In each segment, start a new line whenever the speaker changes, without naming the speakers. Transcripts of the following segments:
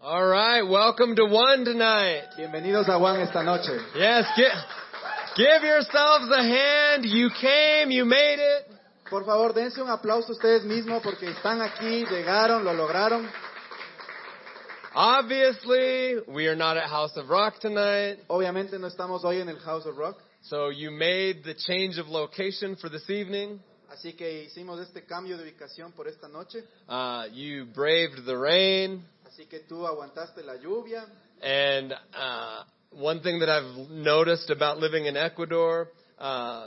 All right, welcome to one tonight.
Bienvenidos a Juan esta noche.
Yes, gi- give yourselves a hand. You came, you made it.
Por favor, dense un aplauso ustedes mismos porque están aquí, llegaron, lo lograron.
Obviously, we are not at House of Rock tonight,
Obviamente no estamos hoy en el House of Rock,
so you made the change of location for this evening.
así que hicimos este cambio de ubicación por esta noche.
Uh, you braved the rain,
Así que tú aguantaste la lluvia.
and uh, one thing that I've noticed about living in Ecuador, uh,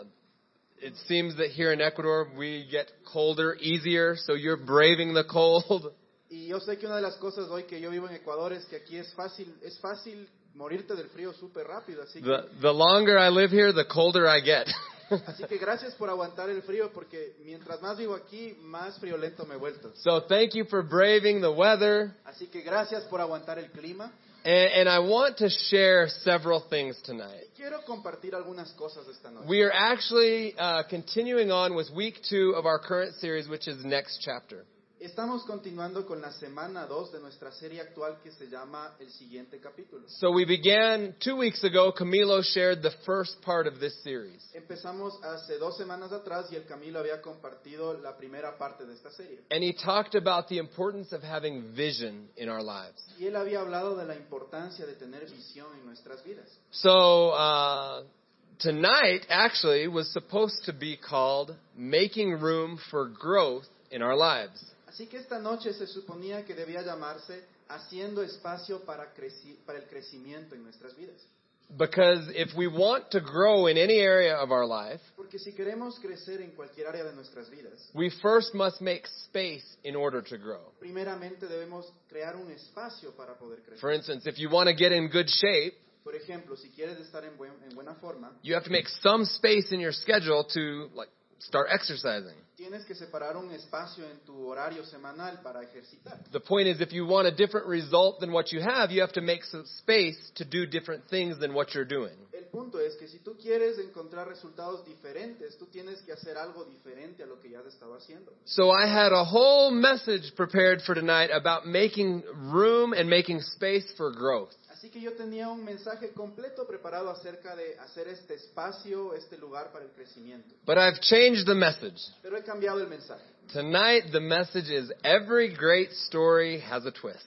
it seems that here in Ecuador we get colder easier, so you're braving the cold.
Y yo sé que una de las cosas hoy que yo vivo en Ecuador es que aquí es fácil, es fácil morirte del frío súper rápido. Así que,
The, the longer I live here, the colder I get.
así que gracias por aguantar el frío porque mientras más vivo aquí, más friolento me he vuelto.
so thank you for braving the weather.
Así que gracias por aguantar el clima.
And, and I want to share several things tonight.
Quiero compartir algunas cosas esta noche.
We are actually uh, continuing on with week two of our current series, which is next chapter.
Estamos continuando con la semana 2 de nuestra serie actual que se llama El siguiente capítulo.
So we began two weeks ago. Camilo shared the first part of this series.
Empezamos hace dos semanas atrás y el Camilo había compartido la primera parte de esta serie.
And he talked about the importance of having vision in our lives.
Y él había hablado de la importancia de tener visión en nuestras vidas.
So uh, tonight actually was supposed to be called Making Room for Growth in Our Lives.
Así que esta noche se suponía que debía llamarse Haciendo espacio para, creci- para el crecimiento en nuestras vidas.
Because if we want to grow in any area of our life,
Porque si queremos crecer en cualquier área de nuestras vidas,
we first must make space in order to grow.
primeramente debemos crear un espacio para poder crecer.
For instance, if you want to get in good shape,
Por ejemplo, si quieres estar en, buen- en buena forma,
you have to make some space in your schedule to like start exercising.
Tienes que separar un espacio en tu horario semanal para ejercitar.
The point is if you want a different result than what you have, you have to make some space to do different things than what you're doing.
El punto es que si tú quieres encontrar resultados diferentes, tú tienes que hacer algo diferente a lo que ya has estado haciendo.
So I had a whole message prepared for tonight about making room and making space for growth.
Así que yo tenía un mensaje completo preparado acerca de hacer este espacio, este lugar para el crecimiento.
But I've changed the message.
Pero he cambiado el mensaje.
Tonight the message is every great story has a twist.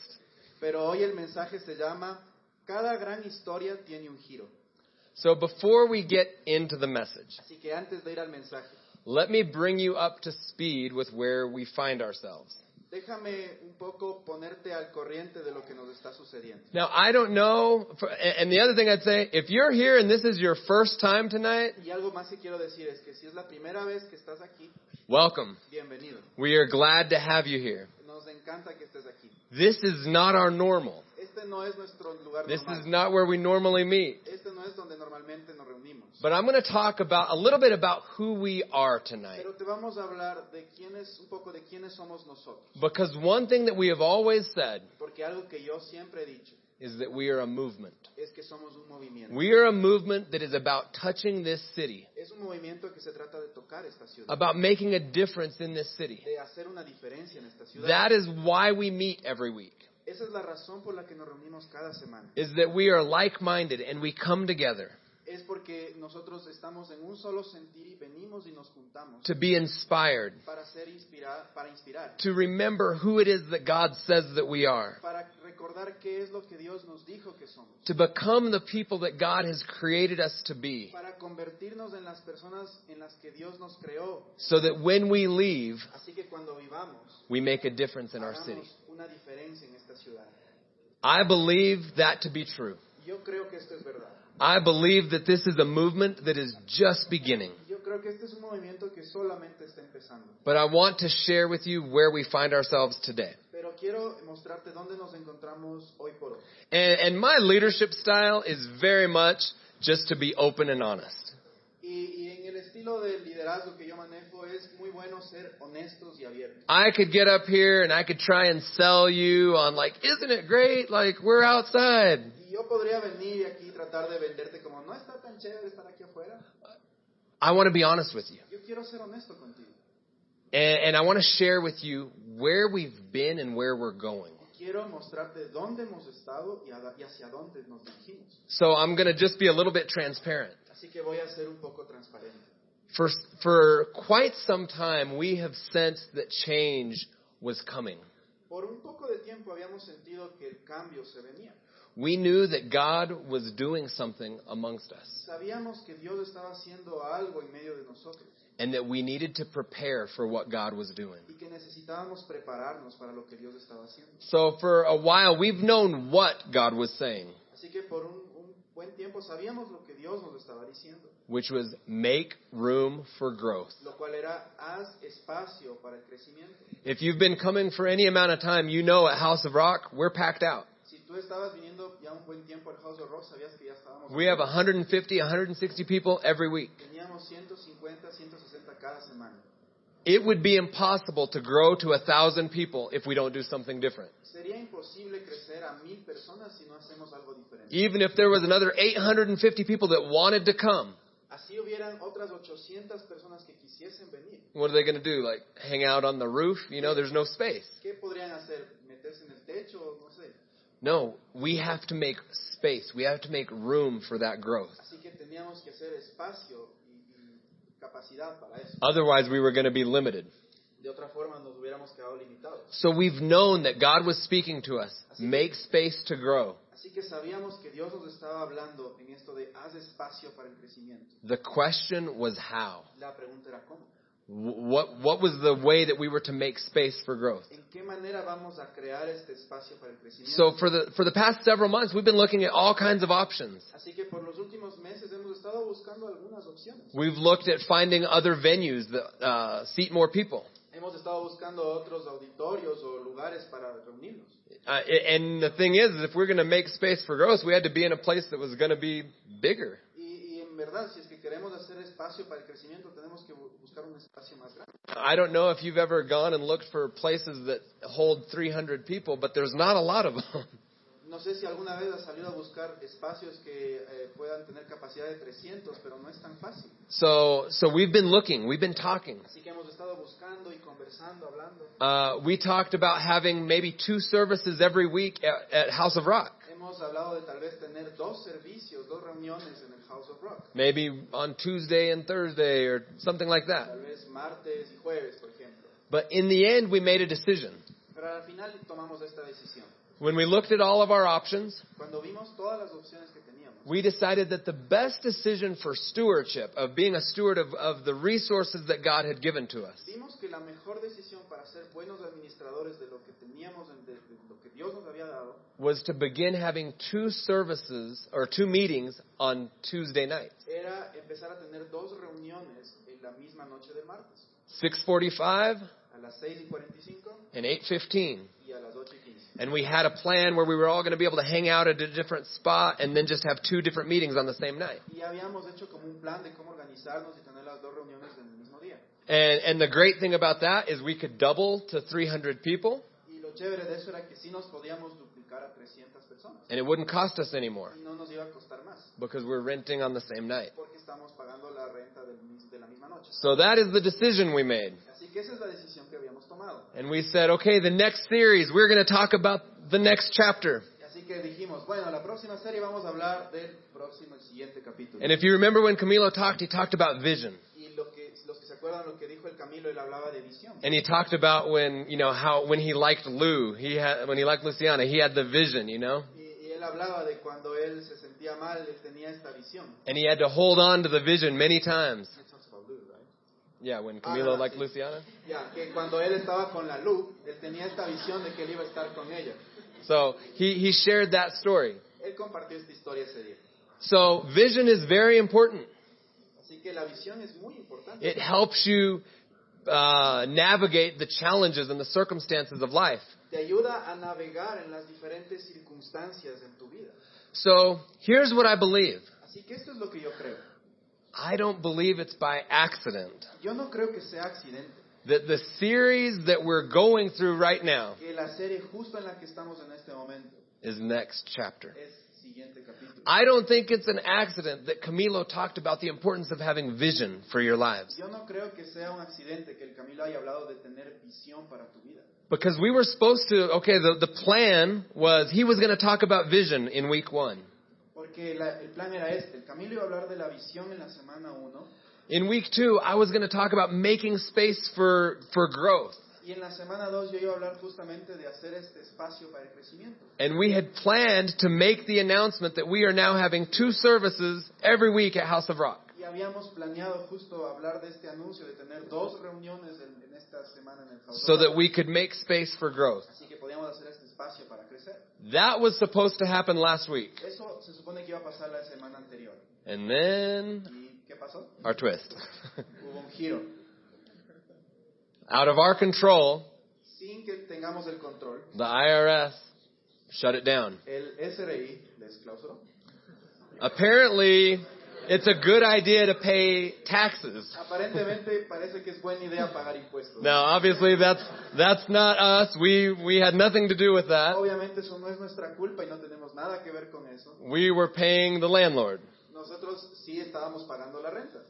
Pero hoy el mensaje se llama Cada gran historia tiene un giro.
So before we get into the message,
Así que antes de ir al mensaje,
let me bring you up to speed with where we find ourselves.
déjame un poco ponerte al corriente de lo que nos está sucediendo.
Now, I don't know, for- and the other thing I'd say, if you're here and this is your first time tonight,
Y algo más que quiero decir es que si es la primera vez que estás aquí,
welcome.
bienvenido.
We are glad to have you here.
Nos encanta que estés aquí.
This is not our normal.
Este no es nuestro lugar
This is
normal.
not where we normally meet.
Este no es donde normalmente nos reunimos.
But I'm going to talk about a little bit about who we are tonight.
Pero te vamos a hablar de quiénes, un poco de quiénes somos nosotros.
Because one thing that we have always said
Porque algo que yo siempre he dicho
is that we are a movement.
es que somos un movimiento.
We are a movement that is about touching this city,
Es un movimiento que se trata de tocar esta ciudad,
about making a difference in this city.
de hacer una diferencia en esta ciudad.
That is why we meet every week.
Esa es la razón por la que nos reunimos cada semana.
Is that we are like-minded and we come together
Es porque nosotros estamos en un solo sentir y venimos y nos juntamos
to be inspired,
para ser inspira- para inspirar.
to remember who it is that God says that we are,
para recordar qué es lo que Dios nos dijo que somos,
to become the people that God has created us to be.
para convertirnos en las personas en las que Dios nos creó.
so that when we leave,
Así que cuando vivamos,
we make a difference in our city.
hagamos una diferencia en esta ciudad.
I believe that to be true.
Yo creo que esto es verdad.
I believe that this is a movement that is just beginning.
Yo creo que este es un movimiento que solamente está empezando.
But I want to share with you where we find ourselves today.
Pero quiero mostrarte dónde nos encontramos hoy por hoy.
And, and my leadership style is very much just to be open and honest.
Y, y en el estilo de liderazgo que yo manejo es muy bueno ser honestos y abiertos.
I could get up here and I could try and sell you on like, isn't it great? Like, we're outside.
Y yo podría venir aquí y tratar de venderte como, no está tan chévere estar aquí afuera.
I want to be honest with you.
Yo quiero ser honesto contigo.
And, and I want to share with you where we've been and where we're going.
quiero mostrarte dónde hemos estado y, a- y hacia dónde nos dirigimos.
So I'm going to just be a little bit transparent.
Así que voy a ser un poco transparente.
For, for quite some time, we have sensed that change was coming.
Por un poco de tiempo habíamos sentido que el cambio se venía.
We knew that God was doing something amongst us
Sabíamos que Dios estaba haciendo algo en medio de nosotros
and that we needed to prepare for what God was doing.
y que necesitábamos prepararnos para lo que Dios estaba haciendo.
So for a while, we've known what God was saying,
Así que por un, un buen tiempo sabíamos lo que Dios nos estaba diciendo,
which was make room for growth.
lo cual era haz espacio para el crecimiento.
If you've been coming for any amount of time, you know at House of Rock, we're packed out.
Si tú estabas viniendo ya un buen tiempo al House of Rock, sabías que ya estábamos.
We have 150, 160 people every week.
Teníamos 150, 160 cada semana.
It would be impossible to grow to a thousand people if we don't do something different.
Sería imposible crecer a mil personas si no hacemos algo diferente.
Even if there was another 850 people that wanted to come,
Así hubieran otras 800 personas que quisiesen venir.
what are they going to do? Like hang out on the roof? You know, there's no space.
¿Qué podrían hacer? ¿Meterse en el techo? No sé.
No, we have to make space. We have to make room for that growth.
Así que teníamos que hacer espacio y, y capacidad para eso.
Otherwise, we were going to be limited.
De otra forma nos hubiéramos quedado limitados.
So we've known that God was speaking to us. Make space to grow.
Así que sabíamos que Dios nos estaba hablando en esto de haz espacio para el crecimiento.
The question was how.
La pregunta era cómo.
Wh- What, what was the way that we were to make space for growth?
¿En qué manera vamos a crear este espacio para el crecimiento?
So for the, for the past several months, we've been looking at all kinds of options.
Así que por los últimos meses hemos estado buscando algunas opciones.
We've looked at finding other venues that uh, seat more people.
Hemos estado buscando otros auditorios o lugares para reunirnos.
Uh, and the thing is, is if we're going to make space for growth, we had to be in a place that was going to be bigger.
Y, y en verdad, si es que queremos hacer espacio para el crecimiento, tenemos que bu- buscar un espacio más grande.
I don't know if you've ever gone and looked for places that hold 300 people, but there's not a lot of them.
No sé si alguna vez has salido a buscar espacios que eh, puedan tener capacidad de 300, pero no es tan fácil.
So, so we've been looking, we've been talking.
Así que hemos estado buscando y conversando, hablando.
Uh, we talked about having maybe two services every week at, at House of Rock,
Hemos hablado de tal vez tener dos servicios, dos reuniones en el House of Rock.
maybe on Tuesday and Thursday or something like that.
Tal vez martes y jueves, por ejemplo.
But in the end, we made a decision.
Pero al final tomamos esta decisión.
When we looked at all of our options,
Cuando vimos todas las opciones que teníamos,
we decided that the best decision for stewardship, of being a steward of, of the resources that God had given to us,
Vimos que la mejor decisión para ser buenos administradores de lo que teníamos, de, de lo que Dios nos había dado,
was to begin having two services or two meetings on Tuesday nights,
era empezar a tener dos reuniones en la misma noche del martes,
6:45
a las 6 y 45
and 8:15.
y a las 8 y 15.
And we had a plan where we were all going to be able to hang out at a different spot and then just have two different meetings on the same night.
Y habíamos hecho como un plan de cómo organizarnos y tener las dos reuniones en el mismo día.
And, and the great thing about that is we could double to 300 people
Y lo chévere de eso era que sí nos podíamos duplicar a 300 personas.
and it wouldn't cost us anymore
Y no nos iba a costar más,
because we're renting on the same night.
porque estamos pagando la renta del mis- de la misma noche.
So that is the decision we made.
Así que esa es la decisión que habíamos tomado.
And we said, okay, the next series, we're going to talk about the next chapter.
Así que dijimos, bueno, la próxima serie vamos a hablar del próximo, el siguiente capítulo.
And if you remember when Camilo talked, he talked about vision.
Y lo que, los que se acuerdan lo que dijo el Camilo, él hablaba de visión.
And he talked about when, you know, how, when he liked Lou, he had, when he liked Luciana, he had the vision, you know?
Y, y él hablaba de cuando él se sentía mal, él tenía esta visión.
And he had to hold on to the vision many times.
That talks about Lou, right?
Yeah, when
Ah,
Camilo
sí.
liked Luciana.
Ya, que cuando él estaba con la luz, él tenía esta visión de que él iba a estar con ella.
So he, he shared that story.
Él compartió esta historia ese día.
So vision is very important.
Así que la visión es muy importante.
It helps you uh, navigate the challenges and the circumstances of life.
Te ayuda a navegar en las diferentes circunstancias en tu vida.
So here's what I believe.
Así que esto es lo que yo creo.
I don't believe it's by accident
Yo no creo que sea accidente.
that the series that we're going through right now
que la serie justo en la que estamos en este momento
is next chapter.
es siguiente capítulo.
I don't think it's an accident that Camilo talked about the importance of having vision for your lives.
Yo no creo que sea un accidente que el Camilo haya hablado de tener visión para tu vida.
Because we were supposed to, okay, the, the plan was he was going to talk about vision in week one.
Porque la- el plan era este. El Camilo iba a hablar de la visión en la semana 1
In week two, I was going to talk about making space for, for growth.
y en la semana 2 yo iba a hablar justamente de hacer este espacio para el crecimiento.
And we had planned to make the announcement that we are now having two services every week at House of Rock.
Y habíamos planeado justo hablar de este anuncio, de tener dos reuniones en, en esta semana en el House of
so that
Rock.
we could make space for growth.
Así que podíamos hacer este espacio para crecer.
That was supposed to happen last week.
Eso se supone que iba a pasar la semana anterior.
And then
¿Y qué pasó?
our twist.
Hubo un giro.
Out of our control,
Sin que tengamos el control,
the IRS shut it down.
el SRI les clausuró.
Apparently, it's a good idea to pay taxes.
Aparentemente parece que es buena idea pagar impuestos.
Now, obviously, that's that's not us. We we had nothing to do with that.
Obviamente eso no es nuestra culpa y no tenemos nada que ver con eso.
We were paying the landlord,
Nosotros sí estábamos pagando la renta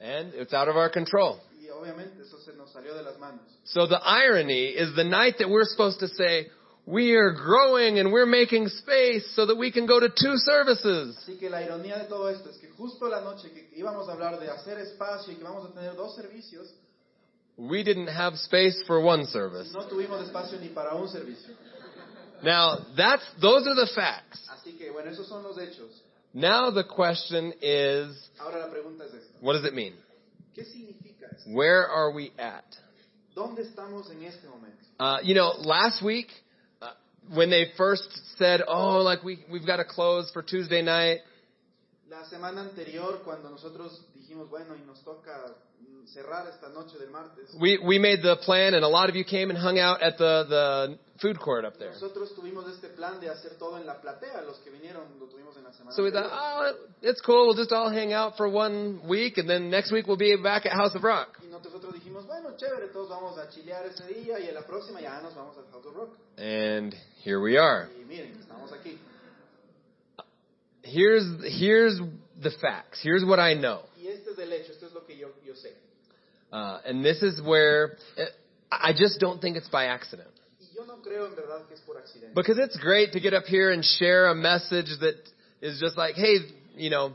and it's out of our control.
y obviamente eso se nos salió de las manos.
So the irony is the night that we're supposed to say, we are growing and we're making space so that we can go to two services.
Así que la ironía de todo esto es que justo la noche que íbamos a hablar de hacer espacio y que vamos a tener dos servicios,
We didn't have space for one service.
no tuvimos espacio ni para un servicio.
Now that's, those are the facts.
Así que bueno, esos son los hechos.
Now the question is,
Ahora la pregunta es esta.
what does it mean?
¿Qué significa esto?
Where are we at?
¿Dónde estamos en este momento?
Uh, you know, last week, uh, when they first said, oh, like we, we've got to close for Tuesday night,
La semana anterior, cuando nosotros dijimos, bueno, y nos toca mm, cerrar esta noche del martes,
we, we made the plan and a lot of you came and hung out at the, the food court up there.
nosotros tuvimos este plan de hacer todo en la platea. Los que vinieron lo tuvimos en la semana
So we thought,
anterior.
oh, it's cool. We'll just all hang out for one week, and then next week we'll be back at House of Rock.
Y nosotros dijimos, bueno, chévere, todos vamos a chilear ese día y en la próxima ya nos vamos al House of Rock.
And here we are.
Y miren, estamos aquí.
Here's here's the facts. Here's what I know,
Y este es el hecho, esto es lo que yo, yo sé.
uh, and this is where I just don't think it's by accident.
Y yo no creo en verdad que es por accidente.
Because it's great to get up here and share a message that is just like, hey, you know,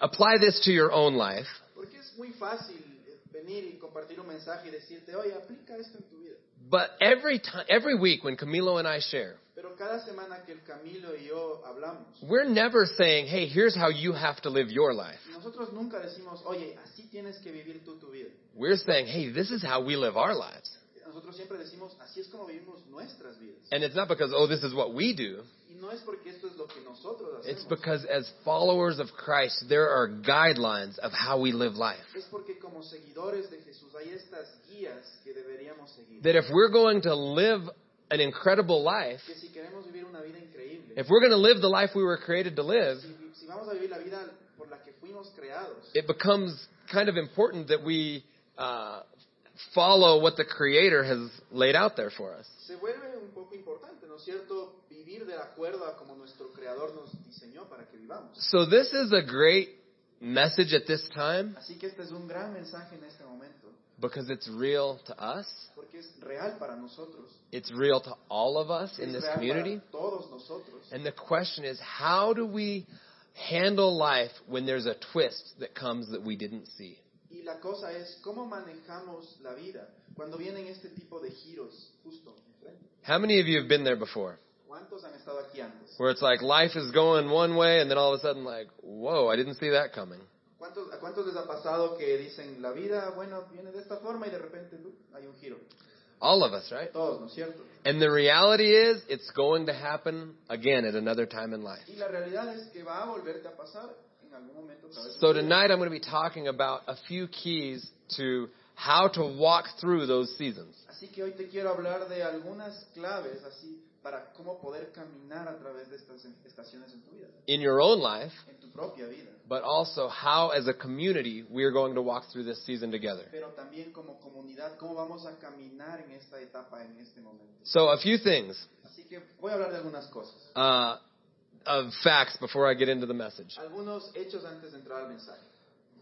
apply this to your own life.
Porque es muy fácil eh, venir y compartir un mensaje y decirte, oye, aplica esto en tu vida.
But every time, every week when Camilo and I share,
Pero cada semana que el Camilo y yo hablamos,
we're never saying, hey, here's how you have to live your life.
nosotros nunca decimos, oye, así tienes que vivir tú tu vida.
We're saying, hey, this is how we live our lives.
Nosotros siempre decimos, así es como vivimos nuestras vidas.
And it's not because, oh, this is what we do.
Y no es porque esto es lo que nosotros
It's
hacemos.
because as followers of Christ, there are guidelines of how we live life.
Es porque como seguidores de Jesús hay estas guías que deberíamos seguir.
That if we're going to live an incredible life,
Que si queremos vivir una vida increíble,
if we're going to live the life we were created to live,
si, si vamos a vivir la vida por la que fuimos creados,
it becomes kind of important that we uh, follow what the Creator has laid out there for us.
se vuelve un poco importante, ¿no es cierto? Vivir de acuerdo a como nuestro Creador nos diseñó para que vivamos.
So this is a great message at this time
Así que este es un gran mensaje en este momento,
because it's real to us.
porque es real para nosotros.
It's real to all of us in
es
this
real
community.
para todos nosotros.
And the question is, how do we handle life when there's a twist that comes that we didn't see?
Y la cosa es cómo manejamos la vida cuando vienen este tipo de giros justo enfrente.
How many of you have been there before?
¿Cuántos han estado aquí antes?
Where it's like life is going one way and then all of a sudden like, whoa, I didn't see that coming.
¿Cuántos, ¿A cuántos les ha pasado que dicen la vida, bueno, viene de esta forma y de repente ¡lup! hay un giro?
All of us, right?
Todos, ¿no es cierto?
And the reality is, it's going to happen again at another time in life.
Y la realidad es que va a volverte a pasar en algún momento. otra vez.
So tonight I'm going to be talking about a few keys to how to walk through those seasons.
Así que hoy te quiero hablar de algunas claves así para cómo poder caminar a través de estas en- estaciones en tu vida,
In your own life,
en tu propia vida,
but also how as a community we are going to walk through this season together.
pero también como comunidad, cómo vamos a caminar en esta etapa, en este momento.
So a few things
Así que voy a hablar de algunas cosas,
uh, of facts before I get into the message.
algunos hechos antes de entrar al mensaje.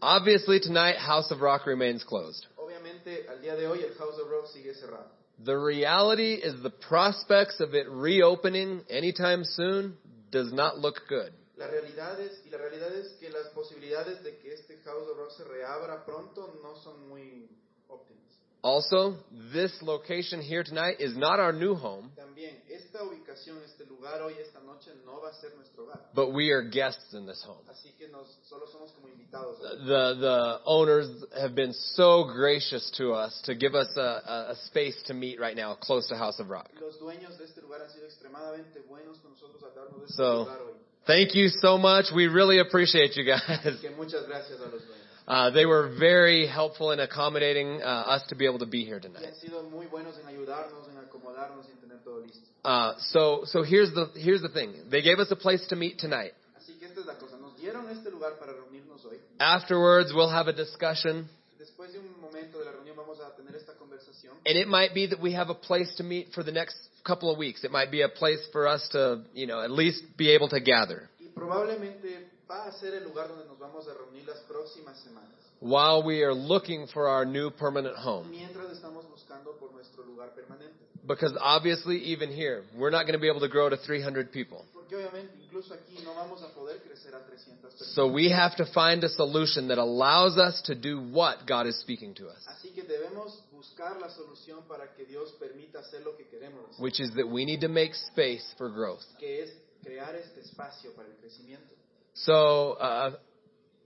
Obviously, tonight House of Rock remains closed.
Obviamente, al día de hoy el House of Rock sigue cerrado.
The reality is the prospects of it reopening anytime soon does not look good.
La realidad es, y la realidad es que las posibilidades de que este House of Rock se reabra pronto no son muy óptimas.
Also, this location here tonight is not our new home,
También, esta ubicación, este lugar hoy, esta noche, no va a ser nuestro hogar.
but we are guests in this home.
Así que nos, solo somos como invitados.
The, the owners have been so gracious to us to give us a, a, a space to meet right now close to House of Rock.
Los dueños de este lugar han sido extremadamente buenos con nosotros al darnos este
So-
lugar hoy.
Thank you so much. We really appreciate you guys.
Así que muchas gracias a los dueños.
Uh, they were very helpful in accommodating uh, us to be able to be here
Y
tonight.
han sido muy buenos en ayudarnos, en acomodarnos y en tener todo listo.
Uh, so, so here's the here's the thing. They gave us a place to meet tonight.
Así que esta es la cosa. Nos dieron este lugar para reunirnos hoy.
Afterwards, we'll have a discussion,
Después de un momento de la reunión vamos a tener esta conversación.
and it might be that we have a place to meet for the next couple of weeks. It might be a place for us to, you know, at least be able to gather
Y probablemente va a ser el lugar donde nos vamos a reunir las próximas semanas.
while we are looking for our new permanent home.
Mientras estamos buscando por nuestro lugar permanente.
Because obviously, even here, we're not going to be able to grow to 300 people.
Porque obviamente incluso aquí no vamos a poder crecer a 300 personas.
So we have to find a solution that allows us to do what God is speaking to us,
Así que debemos buscar la solución para que Dios permita hacer lo que queremos hacer,
which is that we need to make space for growth.
que es crear este espacio para el crecimiento.
So, uh,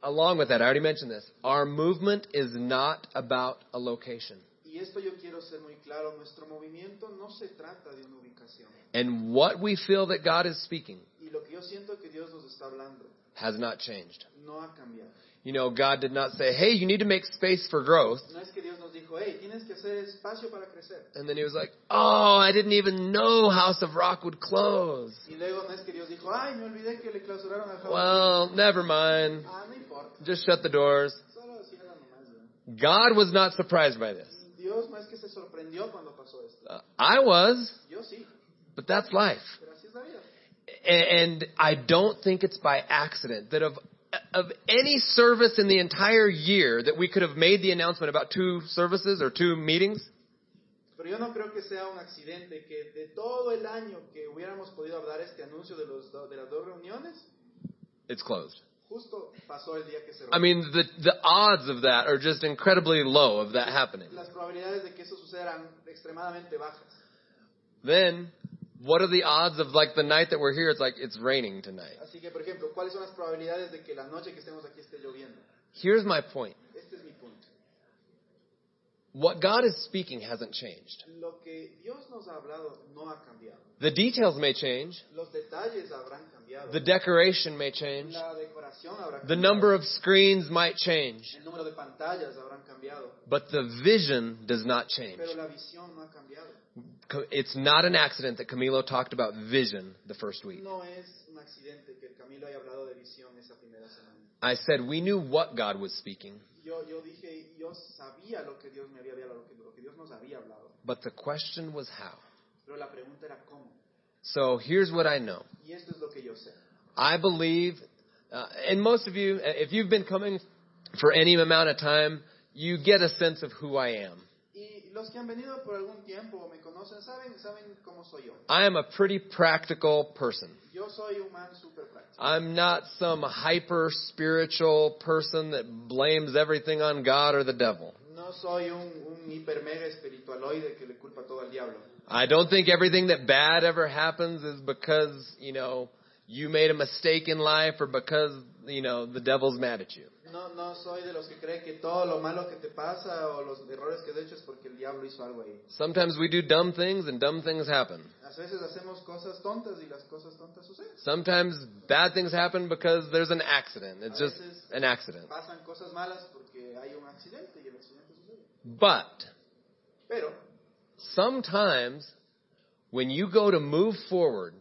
along with that, I already mentioned this. Our movement is not about a location.
Y esto yo quiero ser muy claro, nuestro movimiento no se trata de una ubicación.
And what we feel that God is speaking
Y lo que yo siento que Dios nos está hablando
has not changed.
no ha cambiado.
You know, God did not say, hey, you need to make space for growth.
No es que Dios nos dijo, hey, tienes que hacer espacio para crecer.
And then he was like, oh, I didn't even know House of Rock would close.
Y luego no es que Dios dijo, ay, me olvidé que le clausuraron al jabón.
Well, never mind.
Ah, no importa,
Just shut the doors.
solo cierra nomás. ¿no?
God was not surprised by this.
Dios no es que se sorprendió cuando pasó esto.
Uh, I was,
Yo sí,
but that's life.
pero así es la vida.
And I don't think it's by accident that of of any service in the entire year that we could have made the announcement about two services or two meetings,
Pero yo no creo que sea un accidente que de todo el año que hubiéramos podido dar este anuncio de, los do- de las dos reuniones,
it's closed.
justo pasó el día que se
I
reunió.
mean, the the odds of that are just incredibly low of that happening.
Las probabilidades de que eso suceda eran extremadamente bajas.
Then, what are the odds of like the night that we're here? It's like it's raining tonight.
Así que, por ejemplo, ¿cuáles son las probabilidades de que la noche que estemos aquí esté lloviendo?
Here's my point.
Este es mi punto.
What God is speaking hasn't changed.
Lo que Dios nos ha hablado no ha cambiado.
The details may change.
Los detalles habrán cambiado.
The decoration may change.
La decoración habrá cambiado.
The number of screens might change,
El número de pantallas habrán cambiado.
but the vision does not change.
Pero la visión no ha cambiado.
Co- It's not an accident that Camilo talked about vision the first week.
No es un accidente que el Camilo haya hablado de visión esa primera semana.
I said we knew what God was speaking,
Yo, yo dije, yo sabía lo que Dios me había hablado, lo que, lo que Dios nos había hablado.
but the question was how.
Pero la pregunta era cómo.
So here's what I know.
Y esto es lo que yo sé.
I believe, uh, and most of you, uh, if you've been coming for any amount of time, you get a sense of who I am.
Y los que han venido por algún tiempo o me conocen saben, saben cómo soy yo.
I am a pretty practical person.
Yo soy un man super práctico.
I'm not some hyper spiritual person that blames everything on God or the devil.
No soy un, un hiper mega espiritualoide que le culpa todo al diablo.
I don't think everything that bad ever happens is because, you know, you made a mistake in life or because, you know, the devil's mad at you.
No, no soy de los que cree que todo lo malo que te pasa o los errores que has hecho es porque el diablo hizo algo ahí.
Sometimes we do dumb things and dumb things happen.
A veces hacemos cosas tontas y las cosas tontas suceden.
Sometimes bad things happen because there's an accident. It's just an accident.
Pasan cosas malas porque hay un accidente y el accidente sucede.
But
Pero
sometimes when you go to move forward,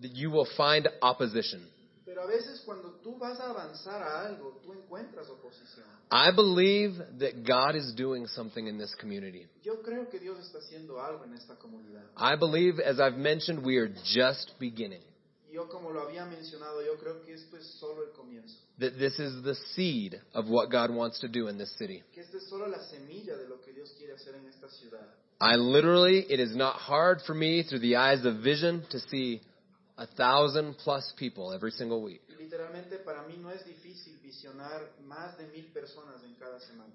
that you will find opposition.
Pero a veces cuando tú vas a avanzar a algo, tú encuentras oposición.
I believe that God is doing something in this community.
Yo creo que Dios está haciendo algo en esta comunidad.
I believe, as I've mentioned, we are just beginning.
Yo como lo había mencionado, yo creo que esto es solo el comienzo,
That this is the seed of what God wants to do in this city.
que esta es solo la semilla de lo que Dios quiere hacer en esta ciudad.
I literally, it is not hard for me through the eyes of vision to see a thousand plus people every single week.
Y literalmente para mí no es difícil visionar más de mil personas en cada semana.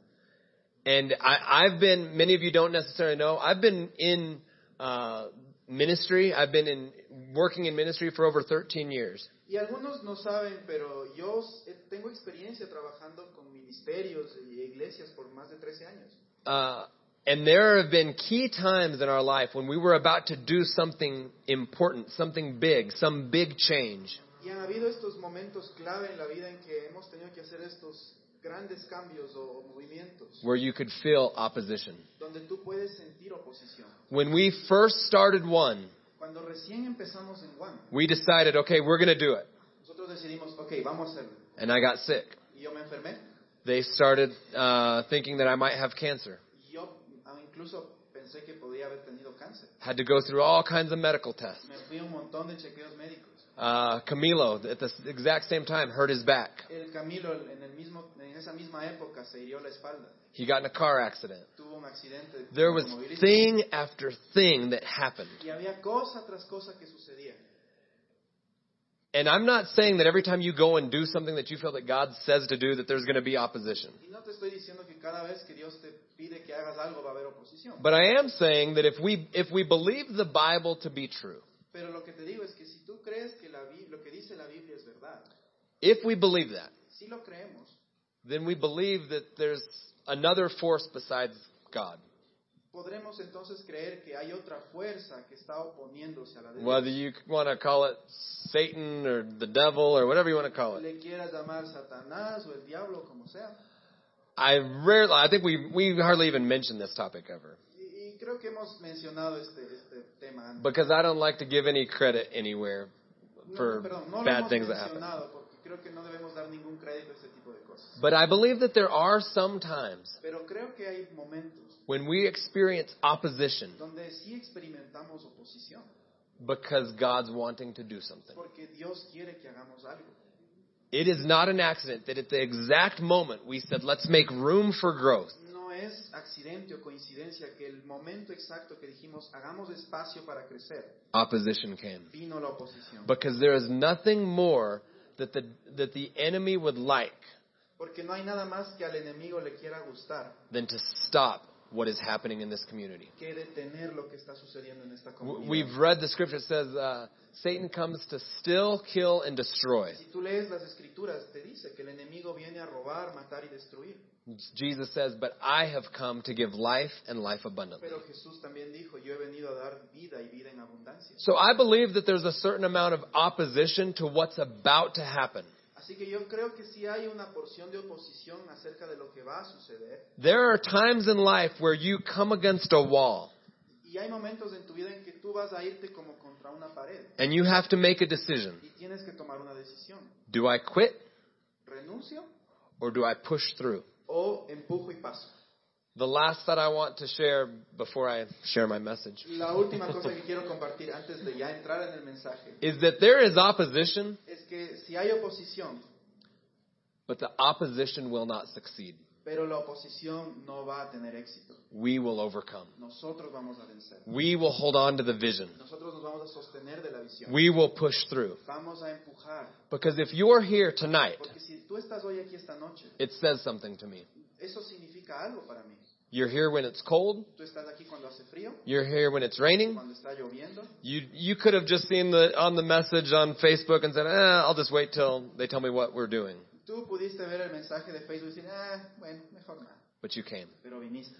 And I, I've been, many of you don't necessarily know, I've been in uh, ministry, I've been in working in ministry for over 13 years.
Y algunos no saben, pero yo s- eh, tengo experiencia trabajando con ministerios y iglesias por más de 13 años.
Uh, and there have been key times in our life when we were about to do something important, something big, some big change.
Y han habido estos momentos clave en la vida en que hemos tenido que hacer estos grandes cambios o, o movimientos,
where you could feel opposition.
donde tú puedes sentir oposición.
When we first started one,
Cuando recién empezamos en Juan,
we decided, okay, we're going to do it.
nosotros decidimos, ok, vamos a hacerlo.
And I got sick.
Y yo me enfermé.
They started uh, thinking that I might have cancer.
Y yo ah, incluso pensé que podía haber tenido cáncer.
Had to go through all kinds of medical tests.
Me fui a un montón de chequeos médicos.
Uh, Camilo, at the exact same time, hurt his back.
El Camilo en, el mismo, en esa misma época se hirió la espalda.
He got in a car accident.
Tuvo un accidente
There was
automovilístico.
thing after thing that happened.
Y había cosa tras cosa que sucedía.
And I'm not saying that every time you go and do something that you feel that God says to do, that there's going to be opposition.
Y no te estoy diciendo que cada vez que Dios te pide que hagas algo va a haber oposición.
But I am saying that if we, if we believe the Bible to be true,
Pero lo que te digo es que si tú crees que la Bi- lo que dice la Biblia es verdad,
if we believe that,
si lo creemos,
then we believe that there's another force besides God.
podremos entonces creer que hay otra fuerza que está oponiéndose a la de
Whether you
Dios.
want to call it Satan or the devil or whatever you want to call it.
Le quieras llamar Satanás o el diablo, como sea.
I rarely, I think we, we hardly even mention this topic ever
Y, y creo que hemos mencionado este, este tema antes.
because I don't like to give any credit anywhere
No,
for
perdón, no lo
bad
hemos
things that happen.
mencionado porque creo que no debemos dar ningún crédito a este tipo de cosas.
But I believe that there are some times
Pero creo que hay momentos
when we experience opposition
donde sí experimentamos oposición
because God's wanting to do something.
porque Dios quiere que hagamos algo.
It is not an accident that at the exact moment we said, let's make room for growth.
No es accidente o coincidencia que el momento exacto que dijimos hagamos espacio para crecer,
Opposition came.
vino la oposición.
Because there is nothing more that the, that the enemy would like
Porque no hay nada más que al enemigo le quiera gustar
than to stop what is happening in this community.
que detener lo que está sucediendo en esta
W-
comunidad.
We've read the scripture that says uh, Satan comes to still, kill, and destroy.
Si tú lees las escrituras, te dice que el enemigo viene a robar, matar y destruir.
Jesus says, But I have come to give life and life abundantly.
Pero Jesús también dijo, yo he venido a dar vida y vida en abundancia.
So I believe that there's a certain amount of opposition to what's about to happen.
Así que yo creo que sí hay una porción de oposición acerca de lo que va a suceder.
There are times in life where you come against a wall
Y hay momentos en tu vida en que tú vas a irte como contra una pared
and you have to make a decision.
y tienes que tomar una decisión.
Do I quit
¿Renuncio
or do I push through?
o empujo y paso?
The last thought I want to share before I share my message
La última cosa que quiero compartir antes de ya entrar en el mensaje
is that there is opposition,
es que si hay oposición,
but the opposition will not succeed.
pero la oposición no va a tener éxito.
We will overcome.
Nosotros vamos a vencer.
We will hold on to the vision.
Nosotros nos vamos a sostener de la visión.
We will push through.
Vamos a empujar.
Because if you're here tonight,
Porque si tú estás hoy aquí esta noche,
it says something to me.
eso significa algo para mí.
You're here when it's cold.
Tú estás aquí cuando hace frío,
You're here when it's raining.
cuando está lloviendo.
You you could have just seen the on the message on Facebook and said, eh, I'll just wait till they tell me what we're doing.
Tú pudiste ver el mensaje de Facebook y decir, ah, bueno, mejor nada.
But you came.
Pero viniste.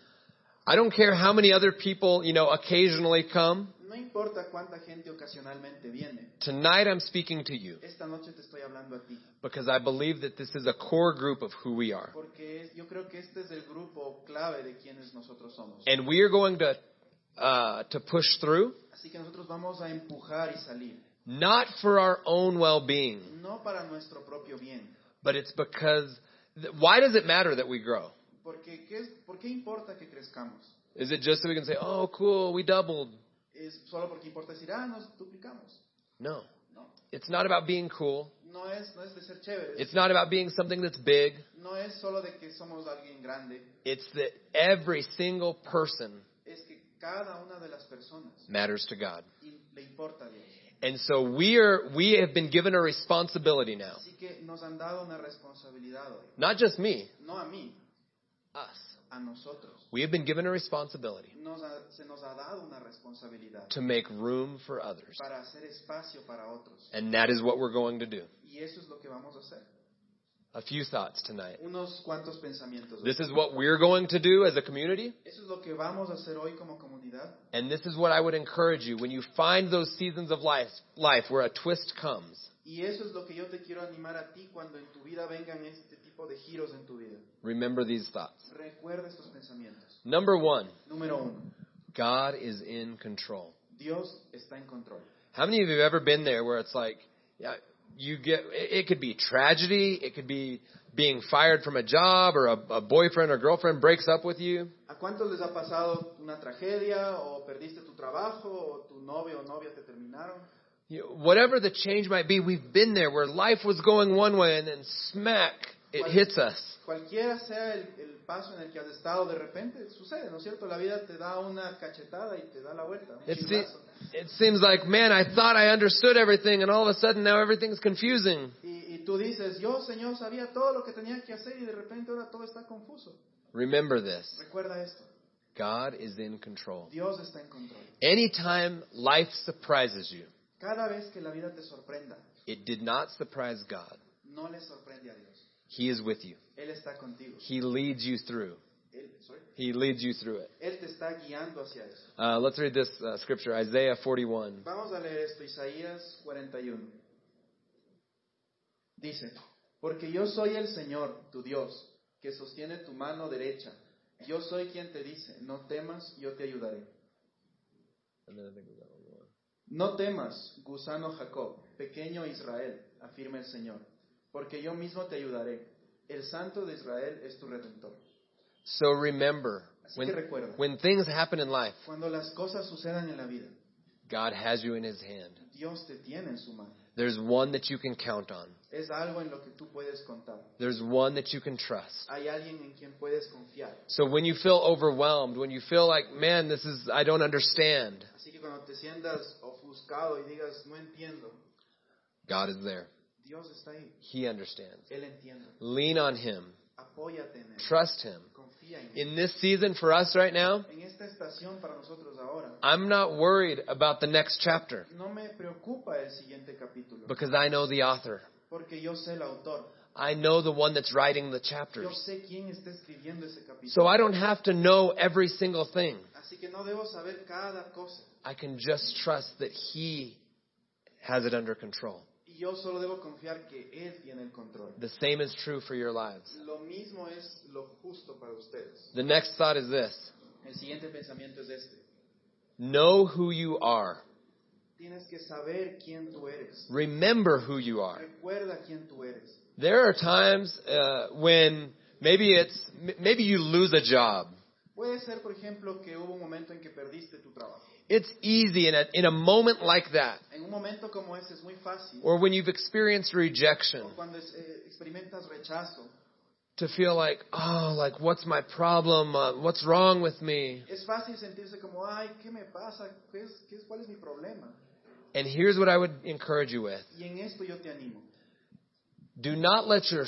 I don't care how many other people, you know, occasionally come.
No importa cuánta gente ocasionalmente viene,
Tonight I'm speaking to you
esta noche te estoy hablando a ti.
because I believe that this is a core group of who we are.
Porque es- yo creo que este es el grupo clave de quienes nosotros somos.
And we are going to uh, to push through,
Así que nosotros vamos a empujar y salir.
not for our own well-being,
No para nuestro propio bien.
but it's because th- why does it matter that we grow?
Porque ¿qué, es- ¿por qué importa que crezcamos?
Is it just so we can say, "Oh, cool, we doubled"?
¿Es solo porque importa decir, ah, nos duplicamos?
No.
No.
It's not about being cool.
No es, no es de ser chéveres.
It's not about being something that's big.
No es solo de que somos alguien grande.
It's that every single person
Es que cada una de las personas
matters to God.
y le importa a Dios.
And so we are we have been given a responsibility now.
Así que nos han dado una responsabilidad hoy.
Not just me,
No a mí,
us.
a nosotros.
We have been given a responsibility
Nos ha- se nos ha dado una responsabilidad
to make room for others.
para hacer espacio para otros.
And that is what we're going to do.
Y eso es lo que vamos a hacer.
A few thoughts tonight.
Unos cuantos pensamientos.
This is what we're going to do as a community,
Eso es lo que vamos a hacer hoy como comunidad.
and this is what I would encourage you when you find those seasons of life life where a twist comes.
Y eso es lo que yo te quiero animar a ti cuando en tu vida vengan este tipo de giros en tu vida.
Remember these thoughts.
Recuerda estos pensamientos.
Number 1,
Número uno,
God is in control.
Dios está en control.
How many of you have ever been there where it's like, yeah, you get, it it could be tragedy, it could be being fired from a job, or a, a boyfriend or girlfriend breaks up with you,
¿A cuántos les ha pasado una tragedia o perdiste tu trabajo o tu novio o novia te terminaron?
you know, whatever the change might be, we've been there where life was going one way and then smack, it hits us.
Cualquiera sea el, el paso en el que has estado, de repente sucede, ¿no es cierto? La vida te da una cachetada y te da la vuelta. un
It,
chispazo.
se- it seems like, man, I thought I understood everything, and all of a sudden now everything's confusing.
Y, y tú dices, yo Señor sabía todo lo que tenía que hacer y de repente ahora todo está confuso.
Remember this
Recuerda esto,
God is in control.
Dios está en control.
Anytime life surprises you,
Cada vez que la vida te sorprenda,
it did not surprise God.
no le sorprende a Dios.
He is with you,
Él está contigo.
He leads you through.
Él, sorry.
He leads you through it.
Él te está guiando hacia eso.
Uh, let's read this uh, scripture, Isaiah 41.
Vamos a leer esto, Isaías 41. Dice, porque yo soy el Señor, tu Dios, que sostiene tu mano derecha. Yo soy quien te dice, no temas, yo te ayudaré.
And then I think we got one more.
No temas, gusano Jacob, pequeño Israel, afirma el Señor, porque yo mismo te ayudaré. El Santo de Israel es tu redentor.
So remember,
Así
when,
que recuerda.
when things happen in life,
Cuando las cosas sucedan en la vida,
God has you in His hand.
Dios te tiene en su mano.
There's one that you can count on.
Es algo en lo que tú puedes contar.
There's one that you can trust.
Hay alguien en quien puedes confiar.
So when you feel overwhelmed, when you feel like, man, this is, I don't understand,
Así que cuando te sientas ofuscado y digas, no entiendo,
God is there.
Dios está ahí.
He understands.
Él entiende.
Lean on Him.
Apóyate en Él.
Trust Him.
Confía en Él.
In this season for us right now,
En esta estación para nosotros ahora,
I'm not worried about the next chapter
no me preocupa el siguiente capítulo,
because I know the author.
porque yo sé el autor.
I know the one that's writing the
Yo
chapters.
sé quién está escribiendo ese capítulo.
So I don't have to know every single thing.
Así que no debo saber cada cosa.
I can just trust that He has it under control.
Y yo solo debo confiar que Él tiene el control.
The same is true for your lives.
Lo mismo es lo justo para ustedes.
The next thought is this
El siguiente pensamiento es este.
know who you are,
Tienes que saber quién tú eres.
remember who you are.
Recuerda quién tú eres.
There are times uh, when maybe it's m- maybe you lose a job.
Puede ser, por ejemplo, que hubo un momento en que perdiste tu trabajo.
It's easy in a, in a moment like that,
En un momento como ese es muy fácil,
or when you've experienced rejection,
o cuando es- eh, experimentas rechazo,
to feel like, oh, like what's my problem? Uh, what's wrong with me?
es fácil sentirse como, ay, ¿qué me pasa? ¿Qué es, qué es- ¿Cuál es mi problema?
And here's what I would encourage you with
Y en esto yo te animo.
do not let your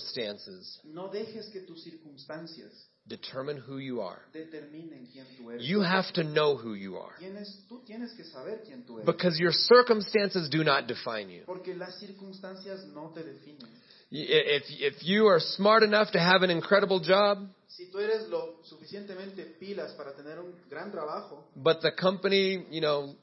circumstances
No dejes que tus circunstancias
determine who you are.
determinen quién tú eres.
You have to know who you are
Tienes- tú tienes que saber quién tú eres.
because your circumstances do not define you.
Porque las circunstancias no te definen.
Y- If, if you are smart enough to have an incredible job,
Si tú eres lo suficientemente pilas para tener un gran trabajo,
but the company, you know,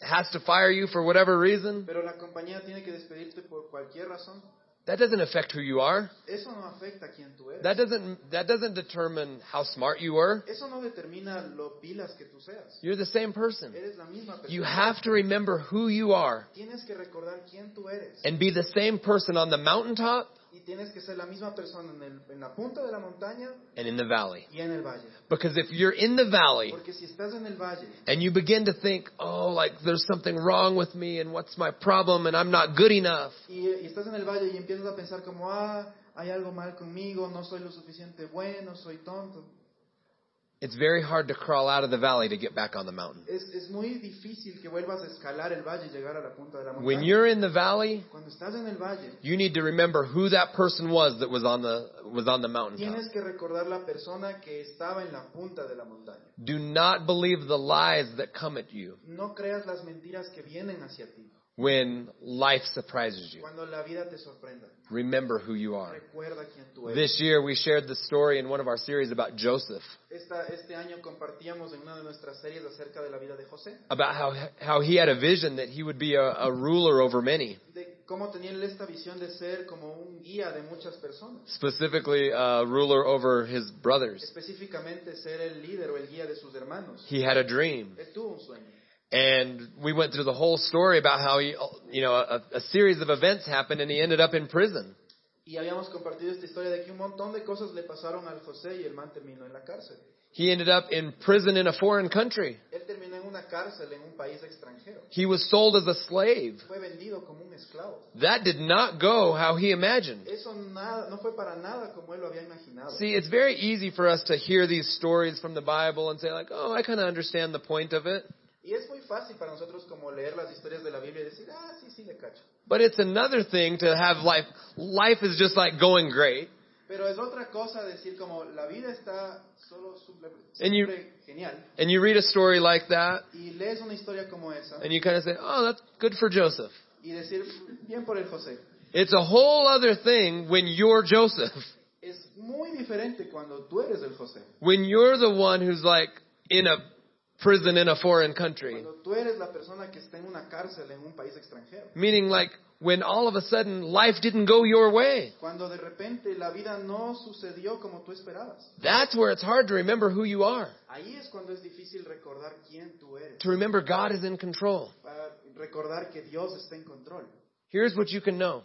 has to fire you for whatever reason,
pero la compañía tiene que despedirte por cualquier razón,
that doesn't affect who you are.
eso no afecta a quién tú eres.
That doesn't, that doesn't determine how smart you were.
Eso no determina lo pilas que tú seas.
You're the same person.
Eres la misma persona.
You have to remember who you are
Tienes que recordar quién tú eres
and be the same person on the mountaintop
Y tienes que ser la misma persona en, el- en la punta de la montaña
and in the valley.
y en el valle.
Because if you're in the valley
Porque si estás en el valle
and you begin to think, oh, like there's something wrong with me and what's my problem and I'm not good enough,
y, y estás en el valle y empiezas a pensar como, ah, hay algo mal conmigo, no soy lo suficiente bueno, soy tonto.
it's very hard to crawl out of the valley to get back on the mountain.
Es, es muy difícil que vuelvas a escalar el valle y llegar a la punta de la montaña.
When you're in the valley,
Cuando estás en el valle,
you need to remember who that person was that was on the was on the mountaintop.
tienes que recordar la persona que estaba en la punta de la montaña.
Do not believe the lies that come at you
No creas las mentiras que vienen hacia ti.
when life surprises you.
Cuando la vida te sorprenda,
Remember who you are.
recuerda quién tú eres.
This year we shared the story in one of our series about Joseph,
Esta- este año compartíamos en una de nuestras series acerca de la vida de José,
about how how he had a vision that he would be a, a ruler over many,
de cómo tenía él esta visión de ser como un guía de muchas personas,
specifically a ruler over his brothers.
específicamente ser el líder o el guía de sus hermanos.
He had a dream,
Él tuvo un sueño.
and we went through the whole story about how he, you know, a, a series of events happened, and he ended up in prison.
Y habíamos compartido esta historia de que un montón de cosas le pasaron al José y el man terminó en la cárcel.
He ended up in prison in a foreign country.
Él terminó en una cárcel en un país extranjero.
He was sold as a slave.
Fue vendido como un esclavo.
That did not go how he imagined.
Eso nada, no fue para nada como él lo había imaginado.
See, it's very easy for us to hear these stories from the Bible and say like, "Oh, I kind of understand the point of it."
Y es muy fácil para nosotros como leer las historias de la Biblia y decir, ah, sí, sí, le cacho.
But it's another thing to have life life is just like going great
Pero es otra cosa decir como la vida está solo suple-
And you-
siempre genial.
and you read a story like that
Y lees una historia como esa
and you kind of say, "Oh, that's good for Joseph."
y decir, bien por el José.
It's a whole other thing when you're Joseph.
Es muy diferente cuando tú eres el José.
When you're the one who's like in a prison in a foreign country.
Cuando tú eres la persona que está en una cárcel en un país extranjero.
Meaning like when all of a sudden life didn't go your way.
Cuando de repente la vida no sucedió como tú esperabas.
That's where it's hard to remember who you are.
Ahí es cuando es difícil recordar quién tú eres.
To remember God is in control.
Para recordar que Dios está en control.
Here's what you can know.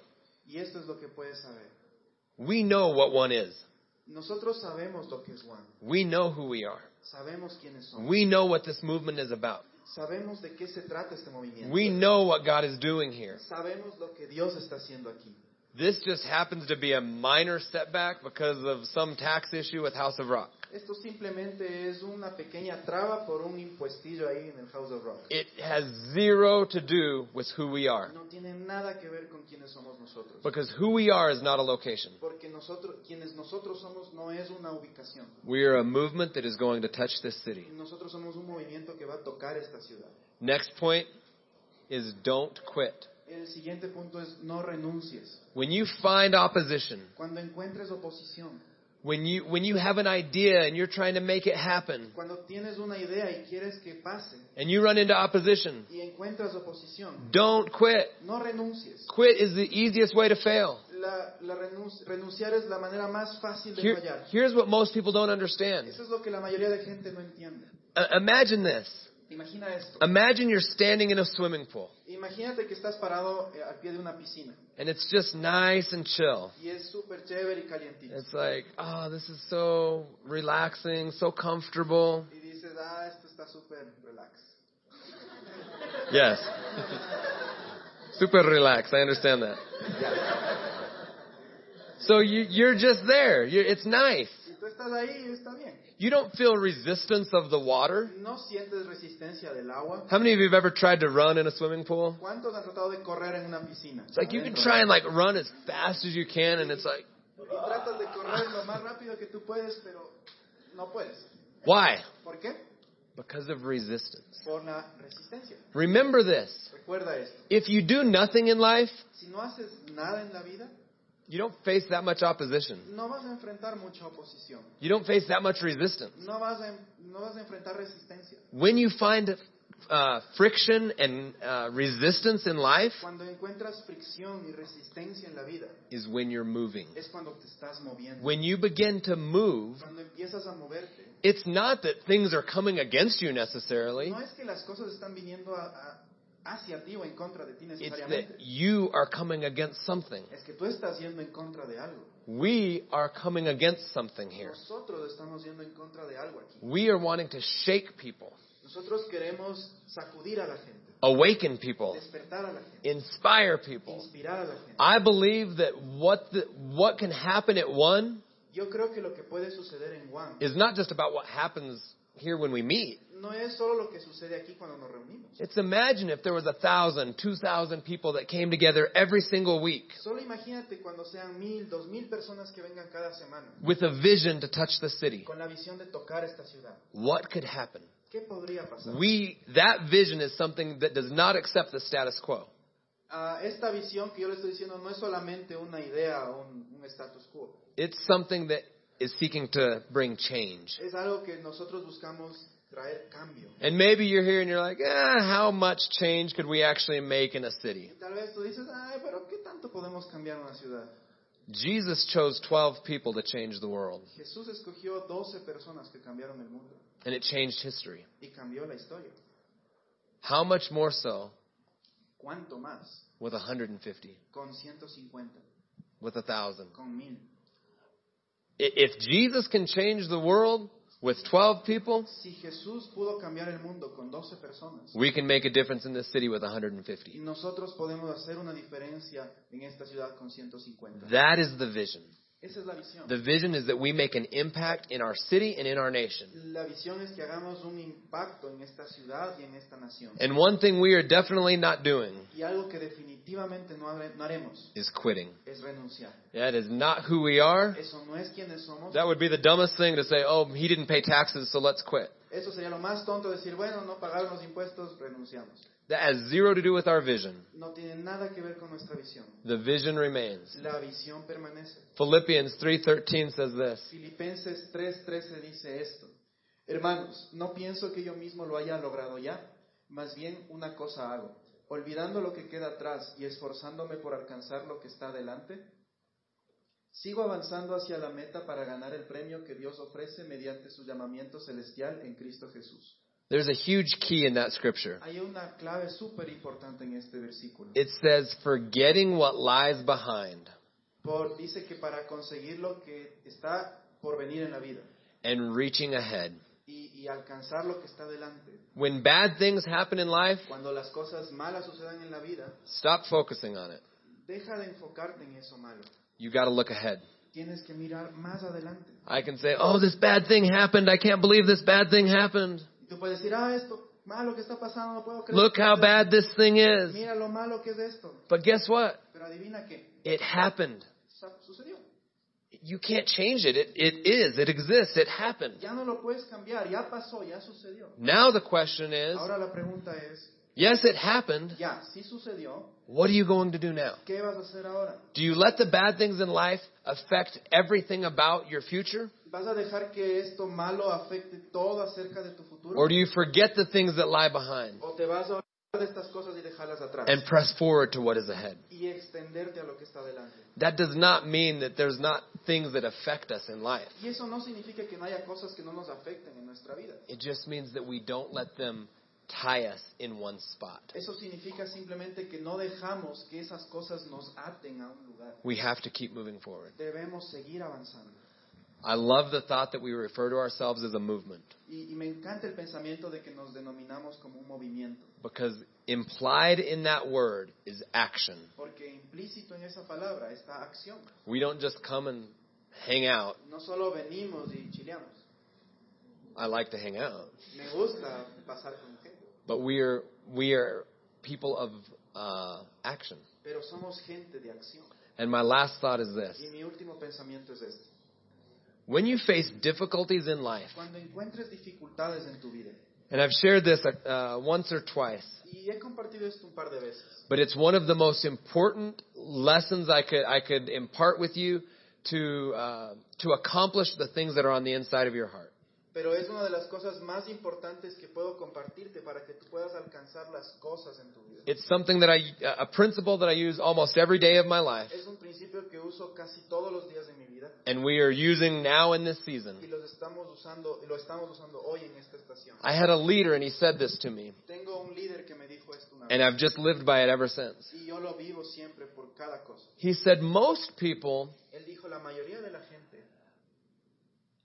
Y esto es lo que puedes saber.
We know what one is.
Nosotros sabemos lo que es Juan.
We know who we are.
Sabemos quiénes somos.
We know what this movement is about.
Sabemos de qué se trata este movimiento.
We know what God is doing here.
Sabemos lo que Dios está haciendo aquí.
This just happens to be a minor setback because of some tax issue with House of Rock.
Esto simplemente es una pequeña traba por un impuestillo ahí en el House of Rock.
It has zero to do with who we are.
No tiene nada que ver con quiénes somos nosotros.
Because who we are is not a location.
Porque nosotros, quienes nosotros somos no es una ubicación.
We are a movement that is going to touch this city.
Nosotros somos un movimiento que va a tocar esta ciudad.
Next point is don't quit.
El siguiente punto es no renuncies.
When you find opposition,
Cuando encuentres oposición,
when you when you have an idea and you're trying to make it happen
cuando tienes una idea y quieres que pase
and you run into opposition
y encuentras oposición,
don't quit
no renuncies.
quit is the easiest way to fail
La, la renun- renunciar es la manera más fácil de
Here-
fallar.
here's what most people don't understand
Eso es lo que la mayoría de gente no entiende.
I- imagine this
Imagina esto.
imagine you're standing in a swimming pool
Imagínate que estás parado eh, al pie de una piscina
and it's just nice and chill
y es súper chévere y calientito.
it's like oh this is so relaxing so comfortable
Y dices, ah, esto está súper relax.
yes super relaxed i understand that so you, you're just there you're, it's nice
Y tú estás ahí y está bien.
You don't feel resistance of the water.
No sientes resistencia del agua.
How many of you have ever tried to run in a swimming pool?
¿Cuántos han tratado de correr en una piscina?
It's like you can
Adentro.
try and like run as fast as you can, and it's like,
Y tratas de correr lo más rápido que tú puedes, pero no puedes.
why?
¿Por qué?
Because of resistance.
Por la resistencia.
Remember this.
Recuerda esto.
If you do nothing in life,
Si no haces nada en la vida,
you don't face that much opposition.
no vas a enfrentar mucha oposición.
You don't face that much resistance.
No vas a, en- no vas a enfrentar resistencia.
When you find uh, friction and uh, resistance in life,
Cuando encuentras fricción y resistencia en la vida,
is when you're moving.
es cuando te estás moviendo.
When you begin to move,
Cuando empiezas a moverte.
it's not that things are coming against you necessarily.
No es que las cosas están viniendo a, a- hacia ti o en contra de ti
It's that
necesariamente.
you are coming against something.
Es que tú estás yendo en contra de algo.
We are coming against something here.
Nosotros estamos yendo en contra de algo aquí.
We are wanting to shake people,
Nosotros queremos sacudir a la gente,
awaken people,
despertar a la gente,
inspire people.
inspirar a la gente.
I believe that what the, what can happen at one
Yo creo que lo que puede suceder en Juan
is not just about what happens here when we meet.
no es solo lo que sucede aquí cuando nos reunimos.
It's imagine if there was a thousand, two thousand people that came together every single week
Solo imagínate cuando sean mil, dos mil personas que vengan cada semana
with a vision to touch the city.
con la visión de tocar esta ciudad.
What could happen?
¿Qué podría pasar?
We that vision is something that does not accept the status quo.
Ah, esta visión que yo le estoy diciendo no es solamente una idea o un, un status quo.
It's something that is seeking to bring change.
Es algo que nosotros buscamos traer cambio.
And maybe you're here and you're like, eh, how much change could we actually make in a city?
Y tal vez tú dices, ay, pero ¿qué tanto podemos cambiar una ciudad?
Jesus chose 12 people to change the world,
Jesús escogió 12 personas que cambiaron el mundo
and it changed history.
y cambió la historia.
How much more so
¿Cuánto más?
with 150,
Con 150,
with 1,000?
con 1000.
If Jesus can change the world with 12 people,
Si Jesús pudo cambiar el mundo con 12 personas,
we can make a difference in this city with
y
150.
nosotros podemos hacer una diferencia en esta ciudad con 150.
That is the vision.
Esa es la visión.
The vision is that we make an impact in our city and in our nation.
La visión es que hagamos un impacto en esta ciudad y en esta nación.
And one thing we are definitely not doing
Y algo que definitivamente no, hare- no haremos
is quitting.
es renunciar.
That is not who we are.
Eso no es quienes somos.
That would be the dumbest thing to say, oh, he didn't pay taxes, so let's quit.
Eso sería lo más tonto decir, bueno, no pagaron los impuestos, renunciamos.
That has zero to do with our vision.
No tiene nada que ver con nuestra visión.
The vision remains.
La visión permanece.
Philippians 3:13 says this.
Filipenses 3:13 dice esto. Hermanos, no pienso que yo mismo lo haya logrado ya, más bien una cosa hago, olvidando lo que queda atrás y esforzándome por alcanzar lo que está delante, sigo avanzando hacia la meta para ganar el premio que Dios ofrece mediante su llamamiento celestial en Cristo Jesús.
There's a huge key in that scripture.
Hay una clave súper importante en este versículo.
It says forgetting what lies behind
Por- dice que para conseguir lo que está por venir en la vida
and reaching ahead.
y- y alcanzar lo que está delante,
When bad things happen in life,
Cuando las cosas malas sucedan en la vida,
stop focusing on it.
deja de enfocarte en eso malo.
You got to look ahead.
Tienes que mirar más adelante.
I can say, "Oh, this bad thing happened. I can't believe this bad thing happened.
Y tú puedes decir, ah, esto malo que está pasando, no puedo creer.
Look how bad this thing is."
Mira lo malo que es esto.
But guess what?
Pero adivina qué,
It happened.
sa- sucedió.
You can't change it. It, it is. It exists. It happened.
Ya no lo puedes cambiar, ya pasó, ya sucedió.
Now the question is,
Ahora la pregunta es,
yes, it happened.
ya, sí sucedió,
What are you going to do now?
¿qué vas a hacer ahora?
Do you let the bad things in life affect everything about your future?
¿Vas a dejar que esto malo afecte todo acerca de tu futuro?
Or do you forget the things that lie behind
¿O te vas a olvidar de estas cosas y dejarlas atrás?
and press forward to what is ahead?
Y extenderte a lo que está delante.
That does not mean that there's not things that affect us in life.
Y eso no significa que no haya cosas que no nos afecten en nuestra vida.
It just means that we don't let them tie us in one spot.
Eso significa simplemente que no dejamos que esas cosas nos aten a un lugar.
We have to keep moving forward.
Debemos seguir avanzando.
I love the thought that we refer to ourselves as a movement
Y, y me encanta el pensamiento de que nos denominamos como un movimiento,
because implied in that word is action.
porque implícito en esa palabra está acción.
We don't just come and hang out.
No solo venimos y chileamos.
I like to hang out,
Me gusta pasar con gente,
but we are we are people of uh, action.
pero somos gente de acción.
And my last thought is this:
Y mi último pensamiento es este.
when you face difficulties in life,
Cuando encuentres dificultades en tu vida,
and I've shared this uh, once or twice,
y he compartido esto un par de veces,
but it's one of the most important lessons I could I could impart with you to uh, to accomplish the things that are on the inside of your heart.
Pero es una de las cosas más importantes que puedo compartirte para que tú puedas alcanzar las cosas en tu vida.
It's something that I a principle that I use almost every day of my life.
Es un principio que uso casi todos los días de mi vida
and we are using now in this season.
y los estamos usando, lo estamos usando hoy en esta estación.
I had a leader and he said this to me,
Tengo un líder que me dijo esto una
and
vez
I've just lived by it ever since.
y yo lo vivo siempre por cada cosa.
He said most people
Él dijo, la mayoría de la gente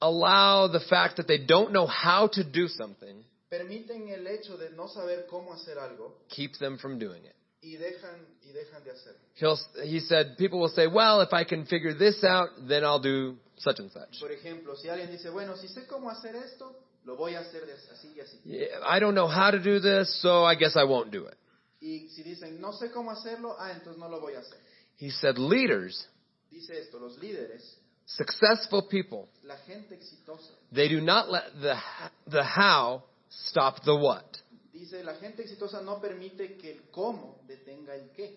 allow the fact that they don't know how to do something
permiten el hecho de no saber cómo hacer algo
keep them from doing it.
y dejan, y dejan de hacerlo.
He'll, he said people will say, well, if I can figure this out, then I'll do such and such.
Por ejemplo, si alguien dice, bueno, si sé cómo hacer esto, lo voy a hacer de así y así.
Yeah, I don't know how to do this, so I guess I won't do it.
Y si dicen, no sé cómo hacerlo, ah, entonces no lo voy a hacer.
He said leaders,
Dice esto, los líderes,
successful people,
la gente exitosa,
they do not let the, the how stop the what.
dice, la gente exitosa no permite que el cómo detenga el qué.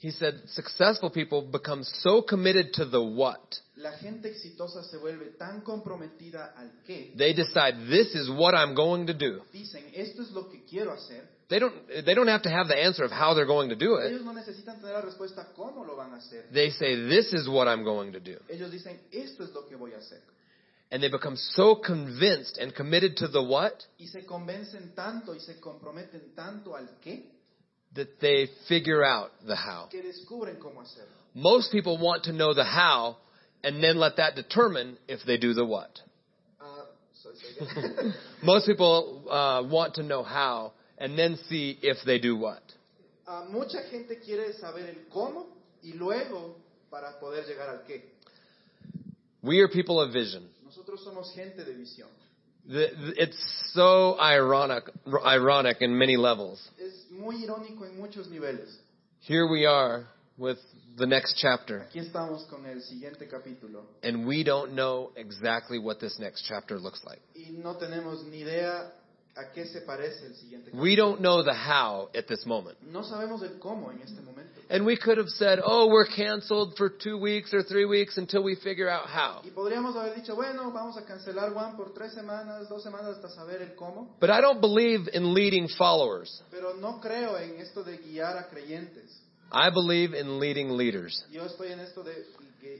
He said successful people become so committed to the what.
La gente exitosa se vuelve tan comprometida al qué.
They decide this is what I'm going to do.
Dicen, esto es lo que quiero hacer.
They don't, they don't have to have the answer of how they're going to do it.
Ellos no necesitan tener la respuesta cómo lo van a hacer.
They say, this is what I'm going to do.
Ellos dicen, esto es lo que voy a hacer.
And they become so convinced and committed to the what
Y se convencen tanto y se comprometen tanto al qué
that they figure out the how.
que descubren cómo hacerlo.
Most people want to know the how and then let that determine if they do the what.
Ah, soy- soy gay.
Most people uh, want to know how and then see if they do what.
Ah, mucha gente quiere saber el cómo y luego para poder llegar al qué.
We are people of vision.
Nosotros somos gente de visión.
The, it's so ironic, ironic in many levels.
Es muy irónico en muchos niveles.
Here we are with the next chapter,
Aquí estamos con el siguiente capítulo
and we don't know exactly what this next chapter looks like.
y no tenemos ni idea a qué se parece el siguiente capítulo.
We don't know the how at this moment.
No sabemos el cómo en este momento.
And we could have said, oh, we're canceled for two weeks or three weeks until we figure out how.
Y podríamos haber dicho, bueno, vamos a cancelar Juan por tres semanas, dos semanas hasta saber el cómo,
But I don't believe in leading followers.
pero no creo en esto de guiar a creyentes.
I believe in leading leaders.
Yo estoy en esto de,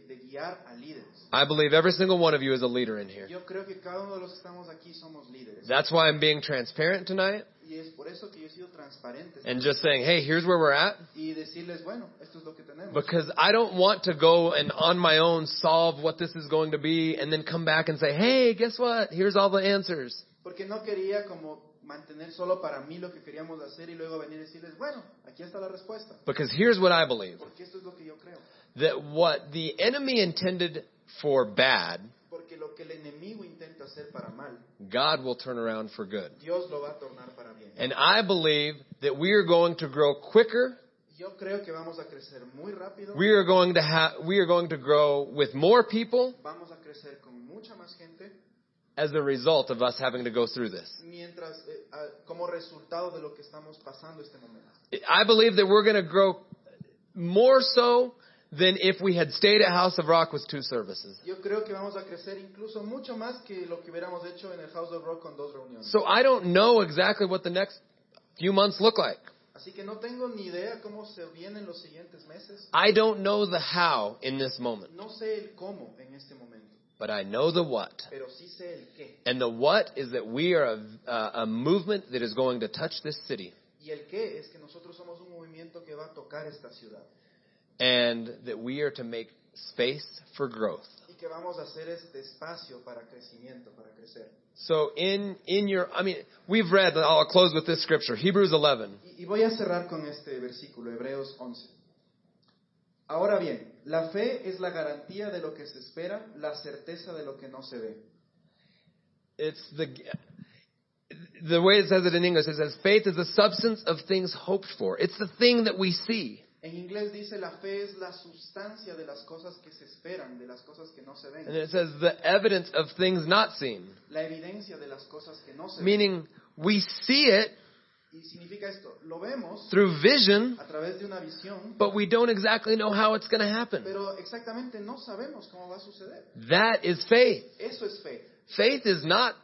de guiar a líderes.
I believe every single one of you is a leader in here.
Yo creo que cada uno de los que estamos aquí somos líderes.
That's why I'm being transparent tonight
Y es por eso que yo he sido transparente.
and just saying, hey, here's where we're at.
Y decirles, bueno, esto es lo que tenemos.
Because I don't want to go and on my own solve what this is going to be and then come back and say, hey, guess what? Here's all the answers.
Porque no quería como mantener solo para mí lo que queríamos hacer y luego venir y decirles, bueno, aquí está la respuesta.
Because here's what I believe
Porque esto es lo que yo creo.
that what the enemy intended for bad,
Porque lo que el enemigo intenta hacer para mal,
God will turn around for good.
Dios lo va a tornar para bien.
And I believe that we are going to grow quicker.
Yo creo que vamos a crecer muy rápido.
We are going to ha- we are going to grow with more people
Vamos a crecer con mucha más gente
as a result of us having to go through this.
mientras eh, ah, como resultado de lo que estamos pasando este momento.
I believe that we're going to grow more so than if we had stayed at House of Rock with two services.
Yo creo que vamos a crecer incluso mucho más que lo que hubiéramos hecho en el House of Rock con dos reuniones.
So I don't know exactly what the next few months look like.
Así que no tengo ni idea cómo se vienen los siguientes meses.
I don't know the how in this moment,
No sé el cómo en este momento,
but I know the what.
pero sí sé el qué.
And the what is that we are a, uh, a movement that is going to touch this city
Y el qué es que nosotros somos un movimiento que va a tocar esta ciudad
and that we are to make space for growth.
y que vamos a hacer este espacio para crecimiento, para crecer.
So in, in your, I mean, we've read, I'll close with this scripture, Hebrews 11.
Y, y voy a cerrar con este versículo, Hebreos 11. Ahora bien, la fe es la garantía de lo que se espera, la certeza de lo que no se ve.
It's the, the way it says it in English, it says, faith is the substance of things hoped for. It's the thing that we see.
En inglés dice la fe es la sustancia de las cosas que se esperan, de las cosas que no se
And
ven,
it says the evidence of things not seen.
la evidencia de las cosas que no se ven.
Meaning, we see it
Y significa esto, lo vemos
through vision,
a través de una visión,
but we don't exactly know how it's going to happen.
pero exactamente no sabemos cómo va a suceder.
That is faith.
Eso es fe.
Faith is not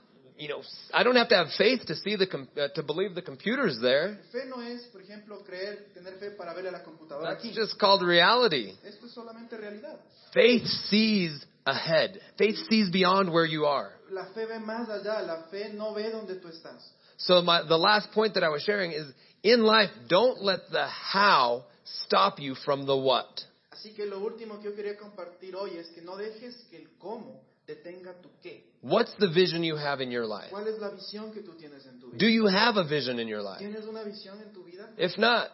you know, I don't have to have faith to see the com- uh, to believe the computer's there.
Fe no es, por ejemplo, creer, tener fe para ver a la computadora
That's
aquí.
just called reality.
Esto es solamente realidad.
Faith sees ahead. Faith sees beyond where you are.
La fe ve más allá, la fe no ve donde tú estás.
So my, the last point that I was sharing is in life, don't let the how stop you from the what.
Así que lo último que yo quería compartir hoy es que no dejes que el cómo detenga tu qué.
What's the vision you have in your life?
¿Cuál es la visión que tú tienes en tu
Do
vida?
you have a vision in your life?
¿Tienes una visión en tu vida?
If not,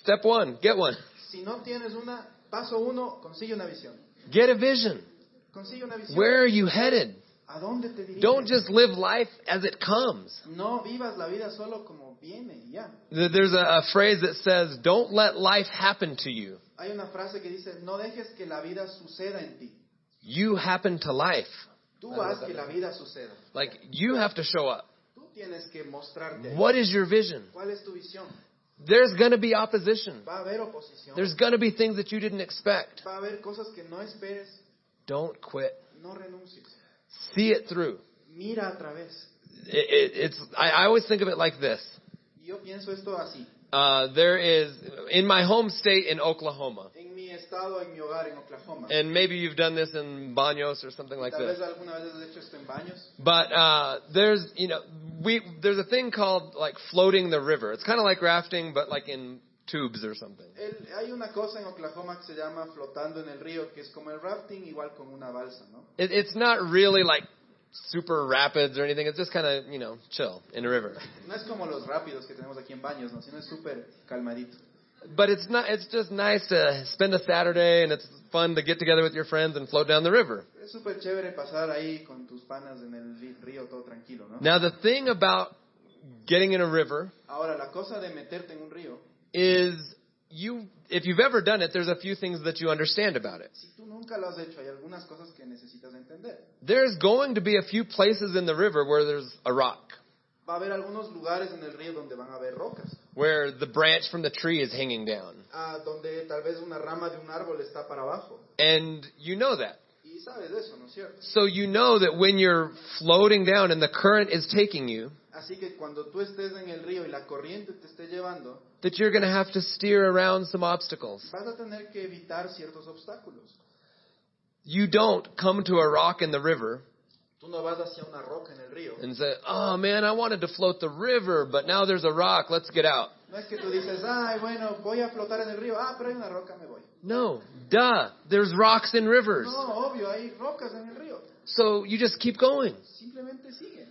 step one, get one.
Si no tienes una, paso uno, consigue una visión.
Get a vision.
Consigue una visión.
Where are you headed?
¿A dónde te diriges?
Don't just live life as it comes.
No vivas la vida solo como viene y ya.
Th- There's a, a phrase that says, don't let life happen to you.
Hay una frase que dice, no dejes que la vida suceda en ti.
You happen to life.
Tú haz que la vida suceda.
Like, you have to show up.
Tú tienes que mostrarte.
What is your vision?
¿Cuál es tu visión?
There's going to be opposition.
Va a haber oposición.
There's going to be things that you didn't expect.
Va a haber cosas que no esperes.
Don't quit.
No renuncies.
See it through.
Mira a través.
It, it, it's, I, I always think of it like this.
Y Yo pienso esto así.
Uh, there is, in my home state in Oklahoma,
En mi estado, en mi hogar, en Oklahoma.
and maybe you've done this in Banos or something like
Tal
this.
vez alguna vez has hecho esto en baños.
But uh, there's, you know, we there's a thing called like floating the river. It's kind of like rafting, but like in tubes or something.
El- hay una cosa en Oklahoma que se llama flotando en el río, que es como el rafting, igual con una balsa, ¿no?
It, it's not really like super rapids or anything. It's just kind of you know chill in a river.
No es como los rápidos que tenemos aquí en baños, ¿no? Sino es súper calmadito.
But it's not. It's just nice to spend a Saturday, and it's fun to get together with your friends and float down the river.
Es súper chévere pasar ahí con tus panas en el li- río todo tranquilo, ¿no?
Now the thing about getting in a river
Ahora, la cosa de meterte en un río,
is you. If you've ever done it, there's a few things that you understand about it.
si tú nunca lo has hecho, hay algunas cosas que necesitas entender.
There's going to be a few places in the river where there's a rock.
Va a haber algunos lugares en el río donde van a haber rocas,
where the branch from the tree is hanging down.
ah, donde tal vez una rama de un árbol está para abajo.
And you know that.
Y sabes de eso, ¿no es cierto?
So you know that when you're floating down and the current is taking you,
Así que cuando tú estés en el río y la corriente te esté llevando,
that you're going to have to steer around some obstacles.
vas a tener que evitar ciertos obstáculos.
You don't come to a rock in the river
Tú no vas hacia una roca en el río.
and say, oh man, I wanted to float the river, but now there's a rock, let's get out.
No es que tú dices, ay, bueno, voy a flotar en el río. Ah, pero hay una roca, me voy.
No, duh, there's rocks in rivers.
No, obvio, hay rocas en el río.
So you just keep going.
Simplemente sigue.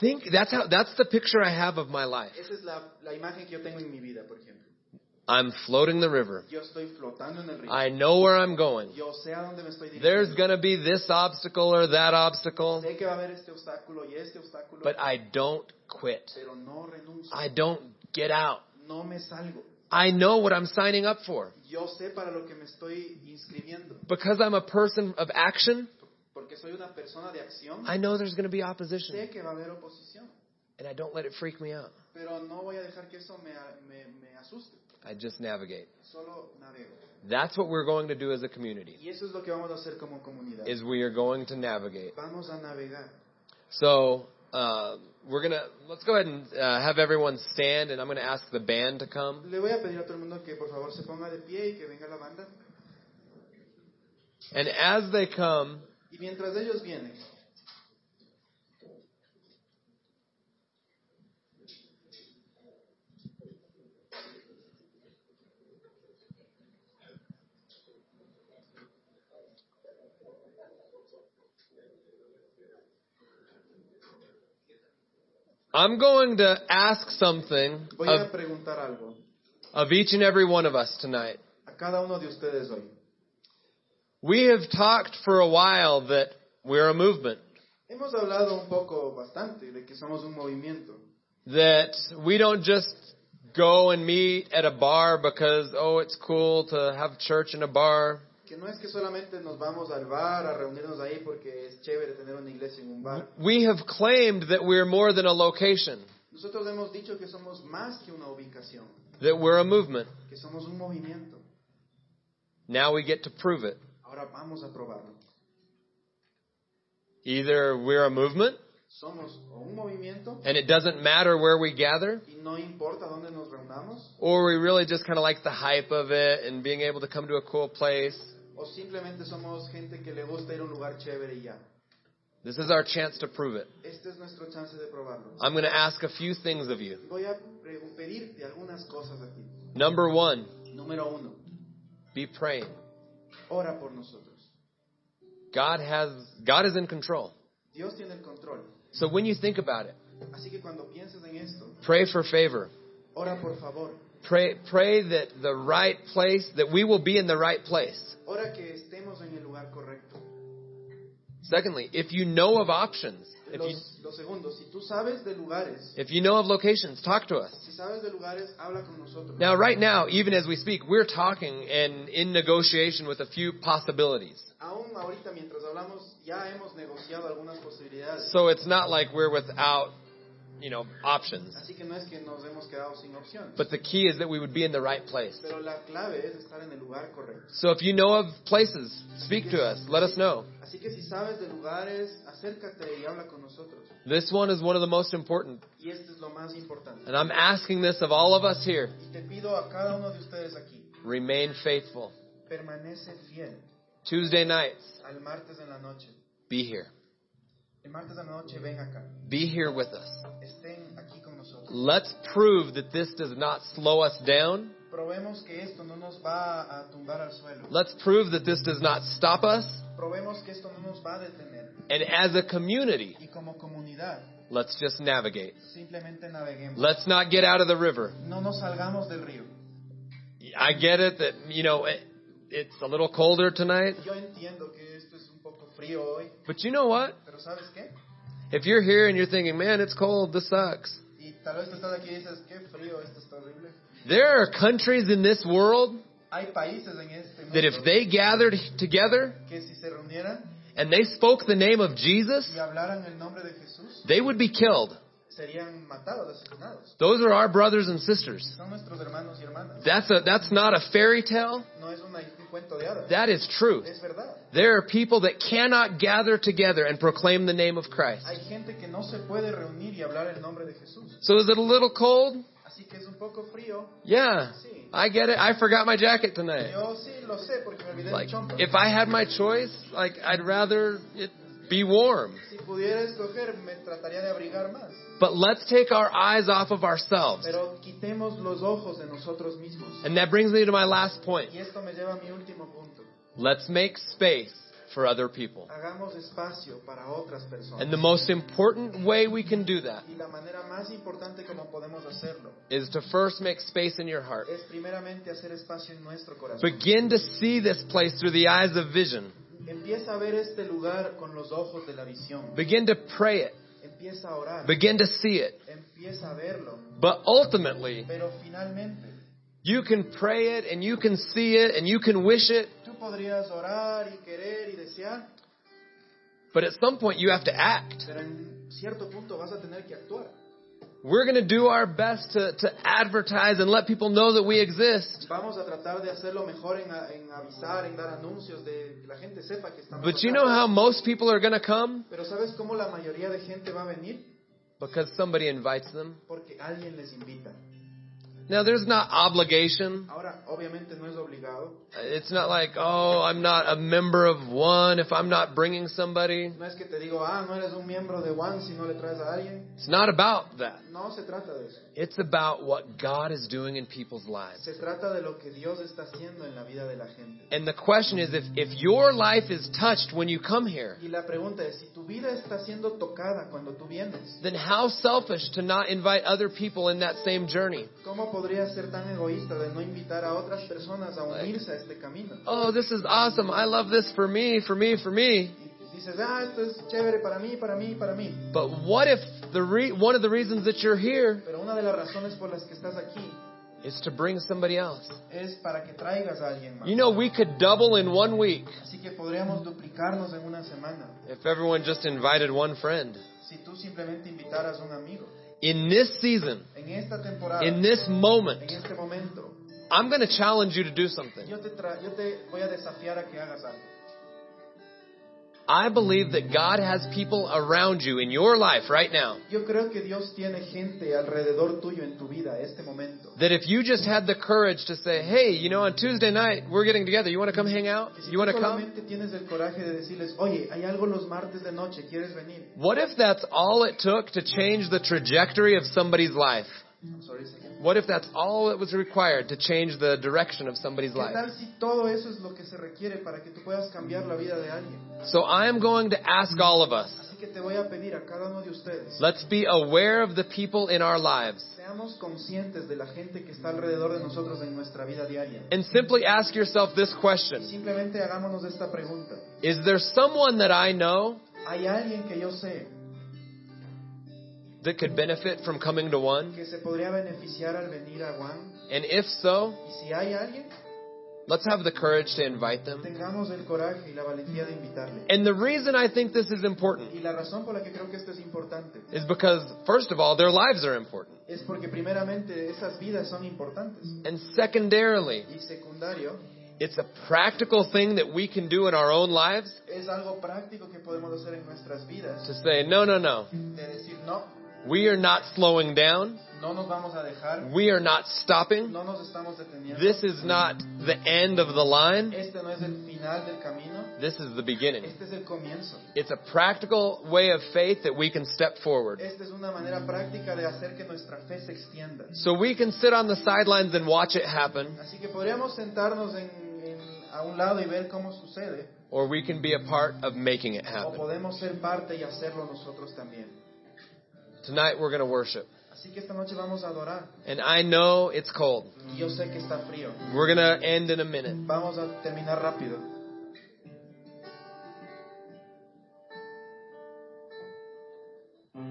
Think that's how that's the picture I have of my life.
Esa es la, la imagen que yo tengo en mi vida, por ejemplo.
I'm floating the river.
Yo estoy flotando en el río.
I know where I'm going.
Yo sé a dónde me estoy dirigiendo.
There's going to be this obstacle or that obstacle,
Sé que va a haber este obstáculo y este obstáculo,
but I don't quit.
pero no renuncio.
I don't get out.
No me salgo.
I know what I'm signing up for.
Yo sé para lo que me estoy inscribiendo.
Because I'm a person of action,
Porque soy una persona de acción.
I know there's going to be opposition,
Sé que va a haber oposición.
and I don't let it freak me out.
Pero no voy a dejar que eso me, a- me, me asuste.
I just navigate.
Solo navego.
That's what we're going to do as a community.
Y eso es lo que vamos a hacer como comunidad.
Is we are going to navigate.
Vamos a navegar.
So uh, we're gonna let's go ahead and uh, have everyone stand, and I'm gonna ask the band to come.
Le voy a pedir a todo el mundo que por favor se ponga de pie y que venga la banda.
And as they come,
Y mientras ellos vienen,
I'm going to ask something
voy
of
a preguntar algo
of each and every one of us tonight.
a cada uno de ustedes hoy.
We have talked for a while that we're a movement,
Hemos hablado un poco bastante de que somos un movimiento,
that we don't just go and meet at a bar because, oh, it's cool to have church in a bar.
que no es que solamente nos vamos al bar a reunirnos ahí porque es chévere tener una iglesia en un bar.
We have claimed that we're more than a location,
Nosotros hemos dicho que somos más que una ubicación,
that we're a movement.
que somos un movimiento.
Now we get to prove it.
Ahora vamos a probarlo.
Either we're a movement
Somos o un movimiento
and it doesn't matter where we gather,
y no importa dónde nos reunamos,
or we really just kind of like the hype of it and being able to come to a cool place.
o simplemente somos gente que le gusta ir a un lugar chévere y ya.
This is our chance to prove it.
Este es nuestro chance de probarlo.
I'm going to ask a few things of you.
Voy a pre- pedirte algunas cosas a ti.
Number one,
Número uno,
be praying.
ora por nosotros.
God has God is in control.
Dios tiene el control.
So when you think about it,
Así que cuando pienses en esto,
pray for favor.
ora por favor.
Pray pray that the right place that we will be in the right place.
Ora que estemos en el lugar correcto.
Secondly, if you know of options, if you
Los, lo segundo, si tú sabes de lugares,
if you know of locations, talk to us.
si sabes de lugares, habla con nosotros.
Now right now, even as we speak, we're talking and in negotiation with a few possibilities.
Aún ahorita mientras hablamos ya hemos negociado algunas posibilidades.
So it's not like we're without, you know, options.
Así que no es que nos hemos quedado sin opciones.
But the key is that we would be in the right place.
Pero la clave es estar en el lugar correcto.
So if you know of places, speak to us. Let us know.
Así que si sabes de lugares, acércate y habla con nosotros.
This one is one of the most important.
Y esto es lo más importante.
And I'm asking this of all of us here.
Y te pido a cada uno de ustedes aquí,
Remain faithful.
permanece fiel
Tuesday nights,
al martes en la noche.
be here.
El martes de la noche ven acá,
Be here with us.
estén aquí con nosotros.
Let's prove that this does not slow us down.
Probemos que esto no nos va a tumbar al suelo.
Let's prove that this does not stop us.
Probemos que esto no nos va a detener.
And as a community,
Y como comunidad,
let's just navigate.
simplemente naveguemos.
Let's not get out of the river.
No nos salgamos del río.
I get it that, you know, it, it's a little colder tonight.
Yo entiendo que esto es un poco frío hoy,
But you know what?
pero ¿sabes qué?
If you're here and you're thinking, man, it's cold, this sucks.
Y tal vez tú estás aquí y dices, qué frío, esto está horrible.
There are countries in this world
Hay países en este
that if
mundo
they gathered together
que si se reunieran
and they spoke the name of Jesus,
y hablaran el nombre de Jesús,
they would be killed.
serían matados, asesinados.
Those are our brothers and sisters.
Son nuestros hermanos y hermanas.
That's, a, that's not a fairy tale.
No es una- un cuento de hadas.
That is truth.
Es verdad.
There are people that cannot gather together and proclaim the name of Christ.
Hay gente que no se puede reunir y hablar el nombre de Jesús.
So is it a little cold?
Así que es un poco frío.
Yeah.
Sí.
I get it. I forgot my jacket tonight.
Yo sí lo sé porque me olvidé
Like,
del chompa.
if I had my choice, like, I'd rather it be warm.
Si pudiera escoger, me trataría de abrigar más.
But let's take our eyes off of ourselves.
Pero quitemos los ojos de nosotros mismos.
And that brings me to my last point.
Y esto me lleva a mi último punto.
Let's make space for other people.
Hagamos espacio para otras personas.
And the most important way we can do that
Y la manera más importante como podemos hacerlo
is to first make space in your heart.
es primeramente hacer espacio en nuestro corazón.
Begin to see this place through the eyes of vision.
Empieza a ver este lugar con los ojos de la visión.
Begin to pray it.
Empieza a orar.
Begin to see it.
Empieza a verlo.
But ultimately,
Pero finalmente,
you can pray it and you can see it and you can wish it.
tú podrías orar y querer y desear,
But at some point, you have to act.
pero en cierto punto vas a tener que actuar.
We're going to do our best to, to advertise and let people know that we exist.
Vamos a tratar de hacerlo mejor en, a- en avisar, en dar anuncios, de que la gente sepa que estamos.
But you
acá.
know how most people are going to come?
Pero ¿sabes cómo la mayoría de gente va a venir?
Because somebody invites them.
Porque alguien les invita.
Now, there's not obligation.
Ahora, obviamente no es obligado.
It's not like, oh, I'm not a member of one if I'm not bringing somebody.
No es que te digo, ah, no eres un miembro de One si no le traes a alguien.
It's not about that.
No se trata de eso.
It's about what God is doing in people's lives.
Se trata de lo que Dios está haciendo en la vida de la gente.
And the question is if, if your life is touched when you come here,
Y la pregunta es, si tu vida está siendo tocada cuando tú vienes,
then how selfish to not invite other people in that same journey.
¿Cómo podrías ser tan egoísta de no invitar a otras personas a unirse a este camino?
Oh, this is awesome. I love this for me, for me, for me.
Y dices, ah, esto es chévere para mí, para mí, para mí.
But what if the re- one of the reasons that you're here
Pero una de las razones por las que estás aquí
is to bring somebody else?
es para que traigas a alguien más.
You know, we could double in one week
Así que podríamos duplicarnos en una semana
if everyone just invited one friend.
si tú simplemente invitaras a un amigo.
In this season,
En esta temporada,
in
en
this moment,
este momento,
I'm going to challenge you to do something.
yo te, tra- yo te voy a desafiar a que hagas algo.
I believe that God has people around you in your life right now
Yo creo que Dios tiene gente alrededor tuyo en tu vida, este momento.
that if you just had the courage to say, hey, you know, on Tuesday night we're getting together. You want to come hang out?
Que si
You
tú
want to come?
solamente tienes el coraje de decirles, oye, hay algo los martes de noche, ¿quieres venir?
What if that's all it took to change the trajectory of somebody's life?
I'm sorry, señor.
What if that's all that was required to change the direction of somebody's
¿Qué
life?
tal si todo eso es lo que se requiere para que tú puedas cambiar la vida de alguien?
So I am going to ask all of us,
Así que te voy a pedir a cada uno de ustedes,
let's be aware of the people in our lives
seamos conscientes de la gente que está alrededor de nosotros en nuestra vida diaria.
and simply ask yourself this
Y
question.
Simplemente hagámonos esta pregunta.
Is there someone that I know
¿Hay alguien que yo sé
that could benefit from coming to one?
que se podría beneficiar al venir a Juan?
And if so,
Y si hay alguien,
let's have the courage to invite them.
tengamos el coraje y la valentía de invitarle.
And the reason I think this is
Y
important
la razón por la que creo que esto es importante
is because, first of all, their lives are important.
es porque primeramente esas vidas son importantes.
And secondarily,
Y secundario,
it's a practical thing that we can do in our own lives
es algo práctico que podemos hacer en nuestras vidas.
to say, no, no, no,
De decir, no,
we are not slowing down.
no nos vamos a dejar,
We are not stopping.
no nos estamos deteniendo.
This is not the end of the line.
Este no es el final del camino,
This is the beginning.
este es el comienzo.
It's a practical way of faith that we can step forward.
Esta es una manera práctica de hacer que nuestra fe se extienda.
So we can sit on the sidelines and watch it happen,
Así que podríamos sentarnos en- en- a un lado y ver cómo sucede,
or we can be a part of making it
o
happen.
podemos ser parte y hacerlo nosotros también.
Tonight we're going to worship.
Así que esta noche vamos a adorar.
And I know it's cold.
Y yo sé que está frío.
We're going to end in a minute.
Vamos a terminar rápido.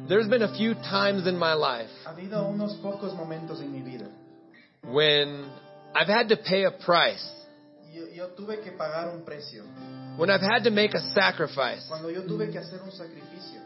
There's been a few times in my life
Ha habido unos pocos momentos en mi vida.
when I've had to pay a price,
Yo, yo tuve que pagar un precio.
when I've had to make a sacrifice
Cuando yo tuve que hacer un sacrificio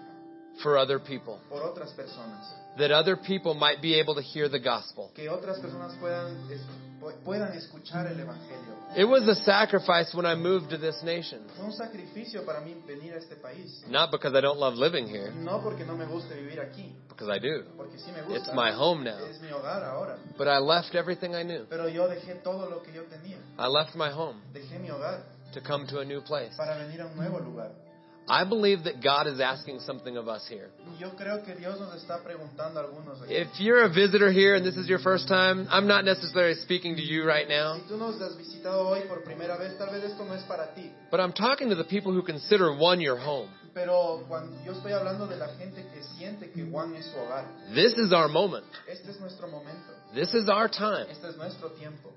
for other people,
por otras personas.
that other people might be able to hear the gospel.
Que otras personas puedan, es- pu- puedan escuchar el Evangelio.
It was a sacrifice when I moved to this nation.
Fue un sacrificio para mí venir a este país.
Not because I don't love living here,
No porque no me guste vivir aquí,
because I do.
porque sí me gusta.
It's my home now.
Es mi hogar ahora.
But I left everything I knew.
Pero yo dejé todo lo que yo tenía.
I left my home
Dejé mi hogar
to come to a new place.
para venir a un nuevo lugar.
I believe that God is asking something of us here.
Yo creo que Dios nos está preguntando a algunos aquí.
If you're a visitor here and this is your first time, I'm not necessarily speaking to you right now,
Si tú nos has visitado hoy por primera vez, tal vez esto no es para ti.
but I'm talking to the people who consider one your home.
Pero cuando yo estoy hablando de la gente que siente que Juan es su hogar,
This is our moment.
este es nuestro momento,
This is our time
este es nuestro tiempo,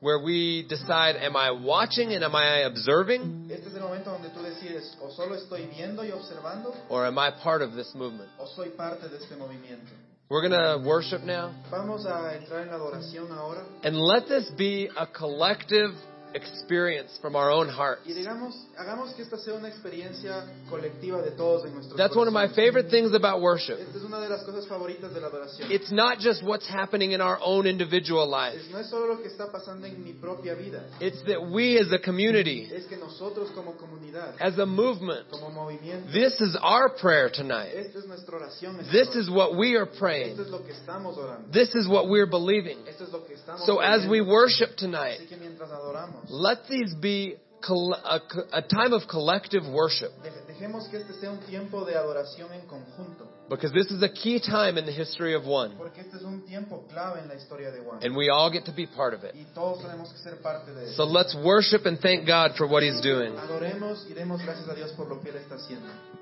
where we decide am I watching and am I observing
este es el momento donde tú decides o solo estoy viendo y observando
or am I part of this movement?
o soy parte de este movimiento.
We're going to worship now
Vamos a entrar en la adoración ahora
and let this be a collective experience from our own hearts.
y digamos, hagamos que esta sea una experiencia colectiva de todos en nuestro
That's one of my favorite things about worship.
Esta es una de las cosas favoritas de la adoración.
It's not just what's happening in our own individual life.
Es- no es solo lo que está pasando en mi propia vida,
It's that we as a community,
es que nosotros como comunidad,
as a movement,
como movimiento,
this is our prayer tonight.
Esta es nuestra oración. esta
This
noche.
is what we are
Esto
praying.
es lo que estamos orando.
This is what we're believing.
Esto es lo que estamos
So as we
creyendo.
worship tonight,
Así que mientras adoramos,
let these be coll- a, co- a time of collective worship
dej- dejemos que este sea un tiempo de adoración en conjunto,
because this is a key time in the history of one
porque este es un tiempo clave en la historia de Juan.
and we all get to be part of it.
Y todos tenemos que ser parte de
So
eso.
let's worship and thank God for what he's doing.
Adoremos y demos gracias a Dios por lo que Él está haciendo.